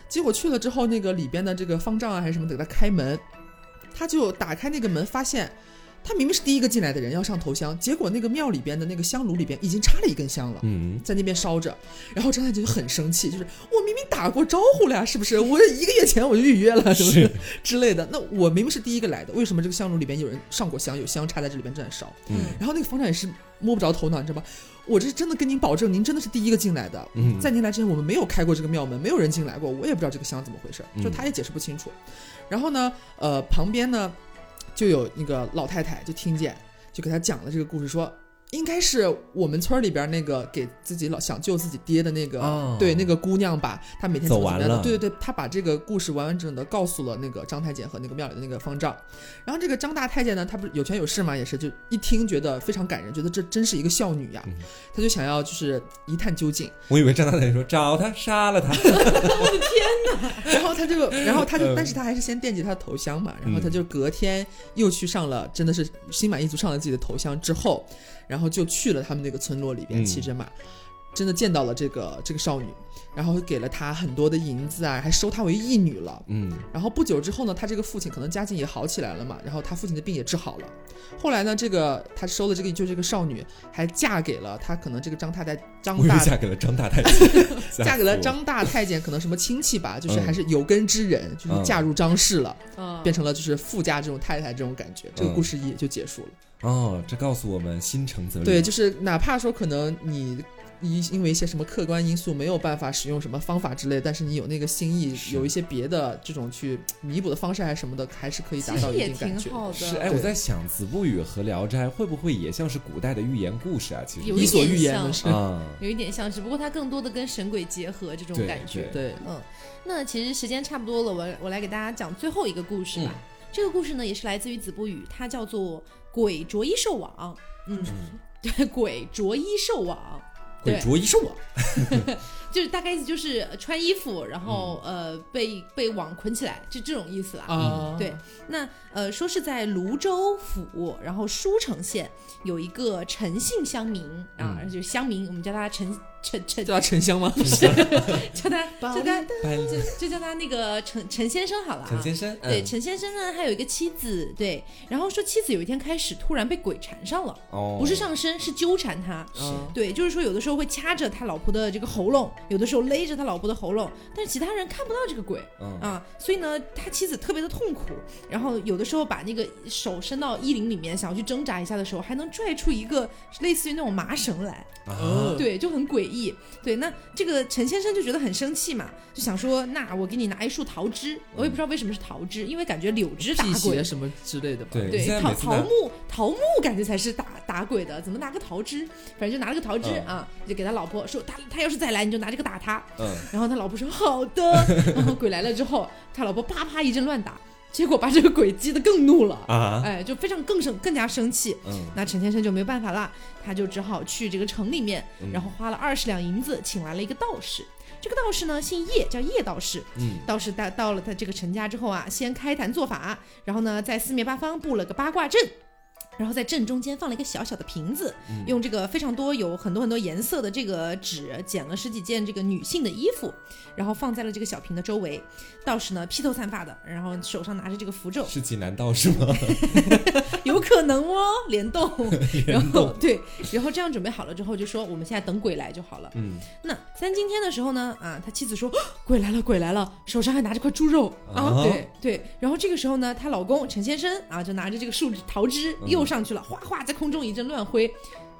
[SPEAKER 3] 结果去了之后，那个里边的这个方丈啊还是什么给他开门，他就打开那个门，发现他明明是第一个进来的人要上头香，结果那个庙里边的那个香炉里边已经插了一根香了。
[SPEAKER 2] 嗯，
[SPEAKER 3] 在那边烧着，然后张太监就很生气，就是我明明打过招呼了呀，是不是？我一个月前我就预约了，什么
[SPEAKER 2] 是
[SPEAKER 3] 之类的。那我明明是第一个来的，为什么这个香炉里边有人上过香，有香插在这里边正在烧？
[SPEAKER 2] 嗯
[SPEAKER 3] 然后那个方丈也是摸不着头脑，你知道吧？我这真的跟您保证，您真的是第一个进来的。
[SPEAKER 2] 嗯
[SPEAKER 3] 在您来之前，我们没有开过这个庙门，没有人进来过，我也不知道这个香怎么回事，
[SPEAKER 2] 嗯
[SPEAKER 3] 就他也解释不清楚。然后呢，呃，旁边呢就有那个老太太就听见，就给他讲了这个故事，说应该是我们村儿里边那个给自己老想救自己爹的那个、
[SPEAKER 2] 哦
[SPEAKER 3] 对那个姑娘吧，她每天
[SPEAKER 2] 走
[SPEAKER 3] 怎么怎么
[SPEAKER 2] 完
[SPEAKER 3] 样的
[SPEAKER 2] 了
[SPEAKER 3] 对对对，她把这个故事完完整整的告诉了那个张太监和那个庙里的那个方丈。然后这个张大太监呢，他不是有权有势嘛，也是就一听觉得非常感人，觉得这真是一个孝女呀、
[SPEAKER 2] 嗯
[SPEAKER 3] 他就想要就是一探究竟。
[SPEAKER 2] 我以为张大太说找他杀了他。
[SPEAKER 3] 然后他就，然后他就，
[SPEAKER 2] 嗯
[SPEAKER 3] 但是他还是先惦记他的头香嘛，然后他就隔天又去上了，真的是心满意足上了自己的头香之后，然后就去了他们那个村落里边
[SPEAKER 2] 嗯
[SPEAKER 3] 骑着马。真的见到了这个这个少女，然后给了她很多的银子啊，还收她为义女了。
[SPEAKER 2] 嗯，
[SPEAKER 3] 然后不久之后呢，他这个父亲可能家境也好起来了嘛，然后他父亲的病也治好了。后来呢，这个他收的这个就是这个少女，还嫁给了他可能这个张太太张
[SPEAKER 2] 我又
[SPEAKER 3] 大
[SPEAKER 2] 嫁给了张大太监，吓
[SPEAKER 3] 嫁给
[SPEAKER 2] 死
[SPEAKER 3] 了
[SPEAKER 2] 我，
[SPEAKER 3] 张大太监，可能什么亲戚吧，就是
[SPEAKER 2] 嗯
[SPEAKER 3] 还是有根之人，就是嫁入张氏了，
[SPEAKER 1] 啊，
[SPEAKER 3] 变成了就是富家这种太太这种感觉。这个
[SPEAKER 2] 嗯
[SPEAKER 3] 故事也就结束了。
[SPEAKER 2] 哦，这告诉我们心诚则灵，
[SPEAKER 3] 对，就是哪怕说可能你。因因为一些什么客观因素没有办法使用什么方法之类，但是你有那个心意，
[SPEAKER 2] 是
[SPEAKER 3] 有一些别的这种去弥补的方式还是什么的，还是可以达
[SPEAKER 1] 其
[SPEAKER 3] 到
[SPEAKER 1] 实
[SPEAKER 3] 一
[SPEAKER 1] 也
[SPEAKER 3] 定感
[SPEAKER 1] 挺
[SPEAKER 3] 觉的。
[SPEAKER 1] 好的。
[SPEAKER 2] 是哎，
[SPEAKER 3] 对
[SPEAKER 2] 我在想《子不语》和《聊斋》会不会也像是古代的寓言故事啊？其实
[SPEAKER 1] 有
[SPEAKER 3] 伊
[SPEAKER 1] 一
[SPEAKER 3] 索
[SPEAKER 1] 点
[SPEAKER 3] 寓言
[SPEAKER 1] 像
[SPEAKER 3] 的是，
[SPEAKER 2] 啊，
[SPEAKER 1] 有一点像，只不过它更多的跟神鬼结合这种
[SPEAKER 2] 对
[SPEAKER 1] 感觉。
[SPEAKER 3] 对，
[SPEAKER 1] 嗯，那其实时间差不多了，我我来给大家讲最后一个故事
[SPEAKER 3] 嗯
[SPEAKER 1] 吧。这个故事呢，也是来自于子不语，它叫做《鬼着衣兽网》。嗯，对，鬼着衣兽网。
[SPEAKER 2] 鬼
[SPEAKER 1] 对，
[SPEAKER 2] 着衣兽网，
[SPEAKER 1] 就是大概意思就是呃穿衣服，然后、
[SPEAKER 2] 嗯
[SPEAKER 1] 呃被被网捆起来，就这种意思啦。
[SPEAKER 3] 啊、
[SPEAKER 1] 对，那呃，说是在泸州府，然后舒城县有一个陈姓乡民啊，
[SPEAKER 2] 嗯
[SPEAKER 1] 就是乡民，我们叫他陈陈陈，
[SPEAKER 3] 叫他沉 香吗？
[SPEAKER 1] 叫他叫他
[SPEAKER 2] 班
[SPEAKER 1] 就就叫他那个陈陈先生好了、啊。
[SPEAKER 2] 陈先生，
[SPEAKER 1] 对，
[SPEAKER 2] 嗯
[SPEAKER 1] 陈先生呢，还有一个妻子，对，然后说妻子有一天开始突然被鬼缠上了，
[SPEAKER 2] 哦，
[SPEAKER 1] 不是上身，是纠缠他。
[SPEAKER 3] 嗯
[SPEAKER 1] 对，就是说有的时候会掐着他老婆的这个喉咙，有的时候勒着他老婆的喉咙，但是其他人看不到这个鬼
[SPEAKER 2] 嗯，
[SPEAKER 1] 啊，所以呢，他妻子特别的痛苦，然后有的时候把那个手伸到衣领里面，想要去挣扎一下的时候，还能拽出一个类似于那种麻绳来，
[SPEAKER 2] 啊，
[SPEAKER 3] 哦
[SPEAKER 1] 对，就很诡异。对，那这个陈先生就觉得很生气嘛，就想说，那我给你拿一束桃枝，我也不知道为什么是桃枝，因为感觉柳枝打
[SPEAKER 3] 辟邪
[SPEAKER 1] 鬼，
[SPEAKER 3] 啊什么之类的吧。
[SPEAKER 2] 对你
[SPEAKER 1] 对，
[SPEAKER 2] 现在
[SPEAKER 1] 桃
[SPEAKER 2] 每次
[SPEAKER 1] 桃
[SPEAKER 2] 拿
[SPEAKER 1] 木桃木感觉才是打打鬼的，怎么拿个桃枝？反正就拿了个桃枝、
[SPEAKER 2] 嗯
[SPEAKER 1] 啊，就给他老婆说，他他要是再来，你就拿这个打他。
[SPEAKER 2] 嗯，
[SPEAKER 1] 然后他老婆说好的，然后鬼来了之后，他老婆啪啪一阵乱打，结果把这个鬼激得更怒 了，
[SPEAKER 2] 啊，
[SPEAKER 1] 哎，就非常更生更加生气。
[SPEAKER 2] 嗯，
[SPEAKER 1] 那陈先生就没办法啦，他就只好去这个城里面，
[SPEAKER 2] 嗯
[SPEAKER 1] 然后花了二十两银子请来了一个道士。这个道士呢姓叶，叫叶道士。
[SPEAKER 2] 嗯，
[SPEAKER 1] 道士到到了他这个陈家之后啊，先开坛做法，然后呢在四面八方布了个八卦阵。然后在阵中间放了一个小小的瓶子，用这个非常多有很多很多颜色的这个纸剪了十几件这个女性的衣服，然后放在了这个小瓶的周围。道士呢披头散发的，然后手上拿着这个符咒，
[SPEAKER 2] 是济南道是吗？
[SPEAKER 1] 有可能哦， 联动，然后对，然后这样准备好了之后，就说我们现在等鬼来就好了。
[SPEAKER 2] 嗯，
[SPEAKER 1] 那三更天的时候呢，啊，他妻子说、鬼来了，鬼来了，手上还拿着块猪肉
[SPEAKER 2] 啊
[SPEAKER 1] 啊，对对。然后这个时候呢，她老公陈先生啊，就拿着这个树枝桃枝
[SPEAKER 2] 嗯
[SPEAKER 1] 又上去了，哗哗在空中一阵乱挥，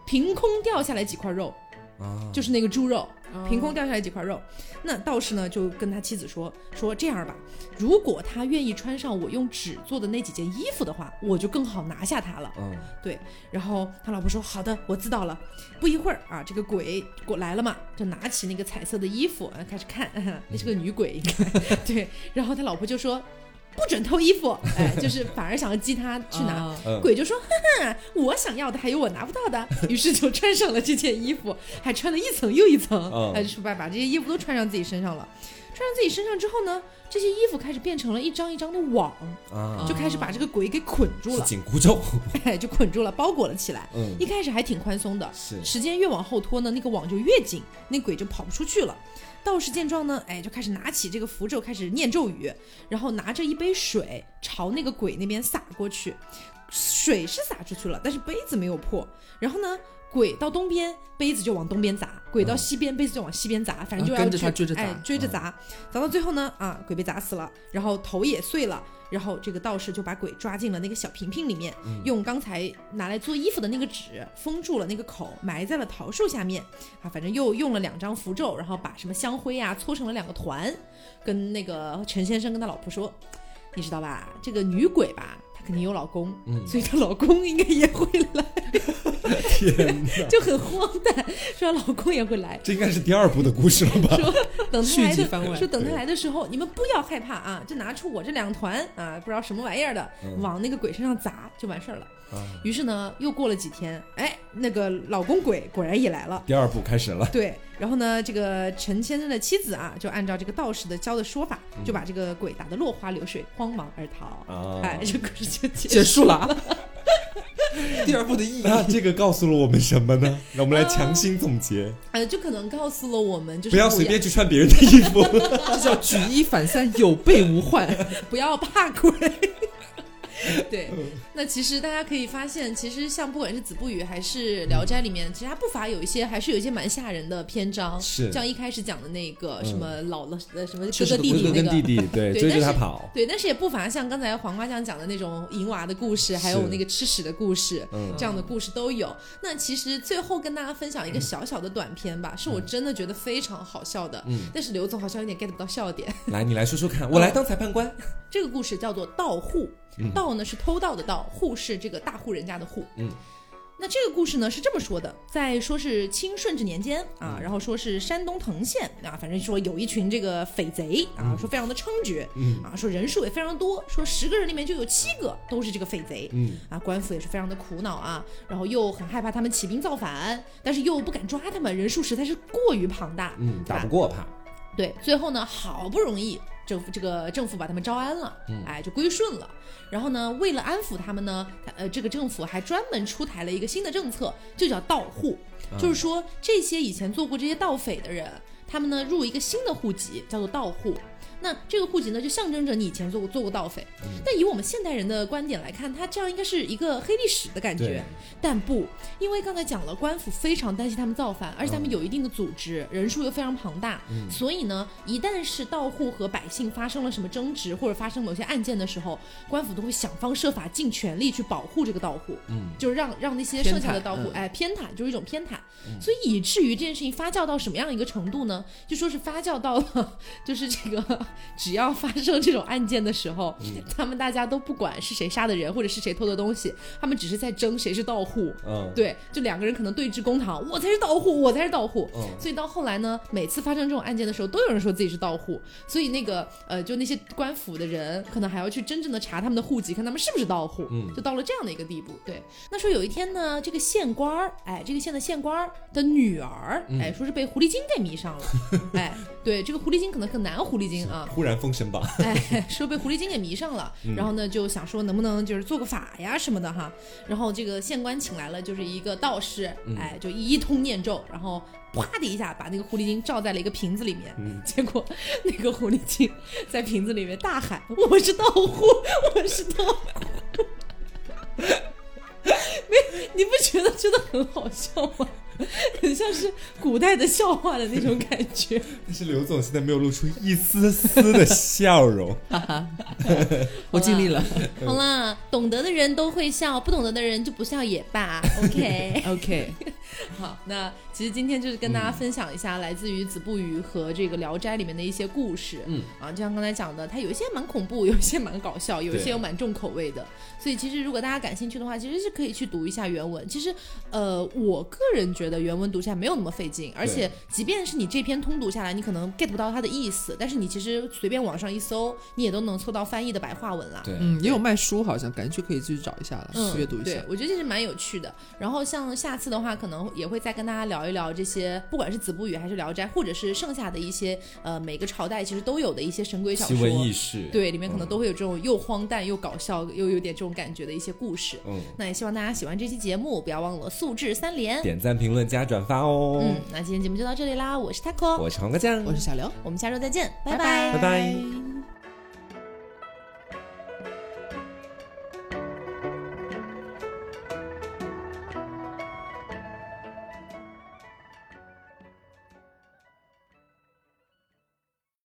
[SPEAKER 1] 凭空掉下来几块肉，
[SPEAKER 2] 啊，
[SPEAKER 1] 就是那个猪肉，嗯凭空
[SPEAKER 3] 掉。
[SPEAKER 1] 掉下来几块肉。那道士呢就跟他妻子说说这样吧，如果他愿意穿上我用纸做的那几件衣服的话，我就更好拿下他了。
[SPEAKER 2] 嗯，
[SPEAKER 1] 然后他老婆说好的，我知道了。不一会儿啊，这个鬼过来了嘛，就拿起那个彩色的衣服啊开始看， 那是个女鬼应该对。然后他老婆就说不准偷衣服， 哎，就是反而想要激他去拿。
[SPEAKER 3] 啊
[SPEAKER 2] 嗯，
[SPEAKER 1] 鬼就说：“哈哈，我想要的还有我拿不到的。” 于是就穿上了这件衣服，还穿了一层又一层
[SPEAKER 2] 嗯，
[SPEAKER 1] 他就把把这些衣服都穿上自己身上了。穿上自己身上之后呢，这些衣服开始变成了一张一张的网，
[SPEAKER 2] 啊，
[SPEAKER 1] 就开始把这个鬼给捆住
[SPEAKER 2] 是
[SPEAKER 1] 了，
[SPEAKER 2] 紧箍咒，
[SPEAKER 1] 哎，就捆住了， 包裹了起来。
[SPEAKER 2] 嗯
[SPEAKER 1] 一，开始还挺宽松的，
[SPEAKER 2] 是，
[SPEAKER 1] 时间越往后拖呢，那个网就越紧，那鬼就跑不出去了。道士见状呢，哎，就开始拿起这个符咒，开始念咒语，然后拿着一杯水朝那个鬼那边洒过去。水是洒出去了，但是杯子没有破。然后呢，鬼到东边，杯子就往东边砸；鬼到西边，杯子就往西边砸。反正就
[SPEAKER 3] 嗯啊
[SPEAKER 1] 要
[SPEAKER 3] 跟着他追着砸
[SPEAKER 1] 哎，追着砸。砸到最后呢，啊，鬼被砸死了，然后头也碎了。然后这个道士就把鬼抓进了那个小瓶瓶里面，用刚才拿来做衣服的那个纸封住了那个口，埋在了桃树下面。啊，反正又用了两张符咒，然后把什么香灰啊搓成了两个团，跟那个陈先生跟他老婆说，你知道吧，这个女鬼吧，她肯定有老公，
[SPEAKER 2] 嗯
[SPEAKER 1] 所以她老公应该也会来，
[SPEAKER 2] 天哪，
[SPEAKER 1] 就很荒诞，说老公也会来，
[SPEAKER 2] 这应该是第二部的故事了吧？
[SPEAKER 1] 等她
[SPEAKER 3] 续
[SPEAKER 1] 来
[SPEAKER 3] 集
[SPEAKER 1] 的。
[SPEAKER 3] 番外
[SPEAKER 1] 说，等她来的时候，你们不要害怕啊，就拿出我这两团啊，不知道什么玩意儿的，
[SPEAKER 2] 嗯
[SPEAKER 1] 往那个鬼身上砸就完事儿了。
[SPEAKER 2] 啊，
[SPEAKER 1] 于是呢，又过了几天，哎，那个老公鬼果然也来了。
[SPEAKER 2] 第二部开始了，
[SPEAKER 1] 对，然后呢，这个陈先生的妻子啊，就按照这个道士的教的说法，
[SPEAKER 2] 嗯
[SPEAKER 1] 就把这个鬼打得落花流水，慌忙而逃。
[SPEAKER 2] 啊，
[SPEAKER 1] 哎，这故事就结
[SPEAKER 3] 结束了
[SPEAKER 1] 了。
[SPEAKER 3] 第二步的意义。
[SPEAKER 2] 那这个告诉了我们什么呢？让我们来强行总结，
[SPEAKER 1] 呃，就可能告诉了我们，啊就是
[SPEAKER 2] 不要随
[SPEAKER 1] 也
[SPEAKER 2] 便去穿别人的衣服。
[SPEAKER 3] 这叫举一反三，有备无患。
[SPEAKER 1] 不要怕 鬼。对，
[SPEAKER 2] 嗯
[SPEAKER 1] 那其实大家可以发现，其实像不管是子不语还是《聊斋》里面，其实它不乏有一些，还是有一些蛮吓人的篇章。
[SPEAKER 2] 是
[SPEAKER 1] 像一开始讲的那个
[SPEAKER 2] 嗯
[SPEAKER 1] 什么老了，呃，什么
[SPEAKER 3] 确
[SPEAKER 1] 哥
[SPEAKER 3] 实
[SPEAKER 1] 哥弟弟
[SPEAKER 2] 哥
[SPEAKER 1] 那
[SPEAKER 2] 跟
[SPEAKER 1] 个，
[SPEAKER 2] 弟弟对
[SPEAKER 1] 对
[SPEAKER 2] 追
[SPEAKER 1] 但
[SPEAKER 2] 着他
[SPEAKER 1] 是
[SPEAKER 2] 跑，
[SPEAKER 1] 对，但是也不乏像刚才黄瓜酱讲的那种淫娃的故事，还有
[SPEAKER 2] 是
[SPEAKER 1] 那个吃屎的故事，
[SPEAKER 2] 嗯
[SPEAKER 1] 这样的故事都有。那其实最后跟大家分
[SPEAKER 2] 嗯
[SPEAKER 1] 享一个小小的短片吧，是我真的觉得非常好笑的，
[SPEAKER 2] 嗯，
[SPEAKER 1] 但是刘总好像有点 get 不到笑点。
[SPEAKER 2] 来你来说说 看，我来当裁判官。
[SPEAKER 1] 这个故事叫做盗户
[SPEAKER 2] 嗯，
[SPEAKER 1] 盗呢是偷盗的盗，户是这个大户人家的户。
[SPEAKER 2] 嗯，
[SPEAKER 1] 那这个故事呢是这么说的，在说是清顺治年间
[SPEAKER 2] 嗯
[SPEAKER 1] 啊，然后说是山东滕县啊，反正说有一群这个匪贼啊，说非常的猖獗，
[SPEAKER 2] 嗯
[SPEAKER 1] 啊，说人数也非常多，说十个人里面就有七个都是这个匪贼。
[SPEAKER 2] 嗯
[SPEAKER 1] 啊，官府也是非常的苦恼啊，然后又很害怕他们起兵造反，但是又不敢抓他们，人数实在是过于庞大，
[SPEAKER 2] 嗯，
[SPEAKER 1] 对吧
[SPEAKER 2] 打不过怕，
[SPEAKER 1] 对，最后呢，好不容易政府这个政府把他们招安了，哎，就归顺了。然后呢，为了安抚他们呢，呃，这个政府还专门出台了一个新的政策，就叫盗户，
[SPEAKER 2] 嗯
[SPEAKER 1] 就是说这些以前做过这些盗匪的人，他们呢入一个新的户籍，叫做盗户。那这个户籍呢，就象征着你以前做过做过盗匪，但以我们现代人的观点来看，它这样应该是一个黑历史的感觉
[SPEAKER 2] 对。
[SPEAKER 1] 但不，因为刚才讲了，官府非常担心他们造反，而且他们有一定的组织，人数又非常庞大，所以呢，一旦是盗户和百姓发生了什么争执或者发生某些案件的时候，官府都会想方设法尽全力去保护这个盗户，
[SPEAKER 2] 嗯，
[SPEAKER 1] 就是让让那些
[SPEAKER 3] 偏袒
[SPEAKER 1] 剩下的盗户，
[SPEAKER 3] 嗯
[SPEAKER 1] 哎，偏袒就是一种偏袒，所以以至于这件事情发酵到什么样一个程度呢？就说是发酵到了， 就是这个只要发生这种案件的时
[SPEAKER 2] 嗯
[SPEAKER 1] 候，他们大家都不管是谁杀的人或者是谁偷的东西，他们只是在争谁是盗户，
[SPEAKER 2] 嗯，
[SPEAKER 1] 对，就两个人可能对峙公堂，我才是盗户，我才是盗户。
[SPEAKER 2] 嗯
[SPEAKER 1] 所以到后来呢，每次发生这种案件的时候，都有人说自己是盗户。所以那个呃，就那些官府的人，可能还要去真正的查他们的户籍，看他们是不是盗户。
[SPEAKER 2] 嗯
[SPEAKER 1] 就到了这样的一个地步。对，那说有一天呢，这个县官儿，哎，这个县的县官儿的女儿，哎，说是被狐狸精给迷 上了。哎，对，这个狐狸精可能很男狐狸精啊，
[SPEAKER 2] 忽然封神榜，
[SPEAKER 1] 哎，说被狐狸精给迷上了，然后呢就想说能不能就是做个法呀什么的哈，然后这个县官请来了就是一个道士，哎，就一通念咒，然后啪的一下把那个狐狸精罩在了一个瓶子里面， 结果那个狐狸精在瓶子里面大喊：“我是盗户， 我是盗户。” 没，你不觉得真的很好笑吗？很像是古代的笑话的那种感觉。
[SPEAKER 2] 但是刘总现在没有露出一丝丝的笑容。
[SPEAKER 3] 我尽力了。
[SPEAKER 1] 好啦，懂得的人都会笑，不懂得的人就不笑也 罢。OK，
[SPEAKER 3] OK，
[SPEAKER 1] 好，那其实今天就是跟大家分享一下来自于《子不语》和这个《聊斋》里面的一些故事。
[SPEAKER 2] 嗯，
[SPEAKER 1] 啊，就像刚才讲的，它有一些蛮恐怖，有一些蛮搞笑，有一些
[SPEAKER 2] 对
[SPEAKER 1] 又蛮重口味的。所以其实如果大家感兴趣的话，其实是可以去读一下原文。其实，呃，我个人觉得原文读下来没有那么费劲，而且即便是你这篇通读下来，你可能 get 不到它的意思，但是你其实随便网上一搜，你也都能搜到翻译的白话文啦。
[SPEAKER 2] 对，
[SPEAKER 3] 嗯，也有卖书，好像感兴趣可以去找一下了，
[SPEAKER 2] 嗯
[SPEAKER 3] 去阅读一
[SPEAKER 1] 嗯
[SPEAKER 3] 下
[SPEAKER 1] 对，。我觉得这是蛮有趣的。然后像下次的话，可能也会再跟大家聊一聊这些，不管是子不语还是聊斋，或者是剩下的一些呃每个朝代其实都有的一些神鬼小
[SPEAKER 2] 奇
[SPEAKER 1] 说
[SPEAKER 2] 闻，异事，，
[SPEAKER 1] 对，里面可能都会有这种又荒诞又搞笑又有点这种感觉的一些故事。
[SPEAKER 2] 嗯，
[SPEAKER 1] 那也希望大家喜欢这期节目，不要忘了素质三连。
[SPEAKER 2] 点赞、评论、加转发哦。
[SPEAKER 1] 嗯嗯，那今天节目就到这里啦，我是 taco，
[SPEAKER 2] 我是黄瓜酱，
[SPEAKER 3] 我是小刘。
[SPEAKER 1] 我们下周再见，
[SPEAKER 3] 拜
[SPEAKER 1] 拜
[SPEAKER 2] 拜拜。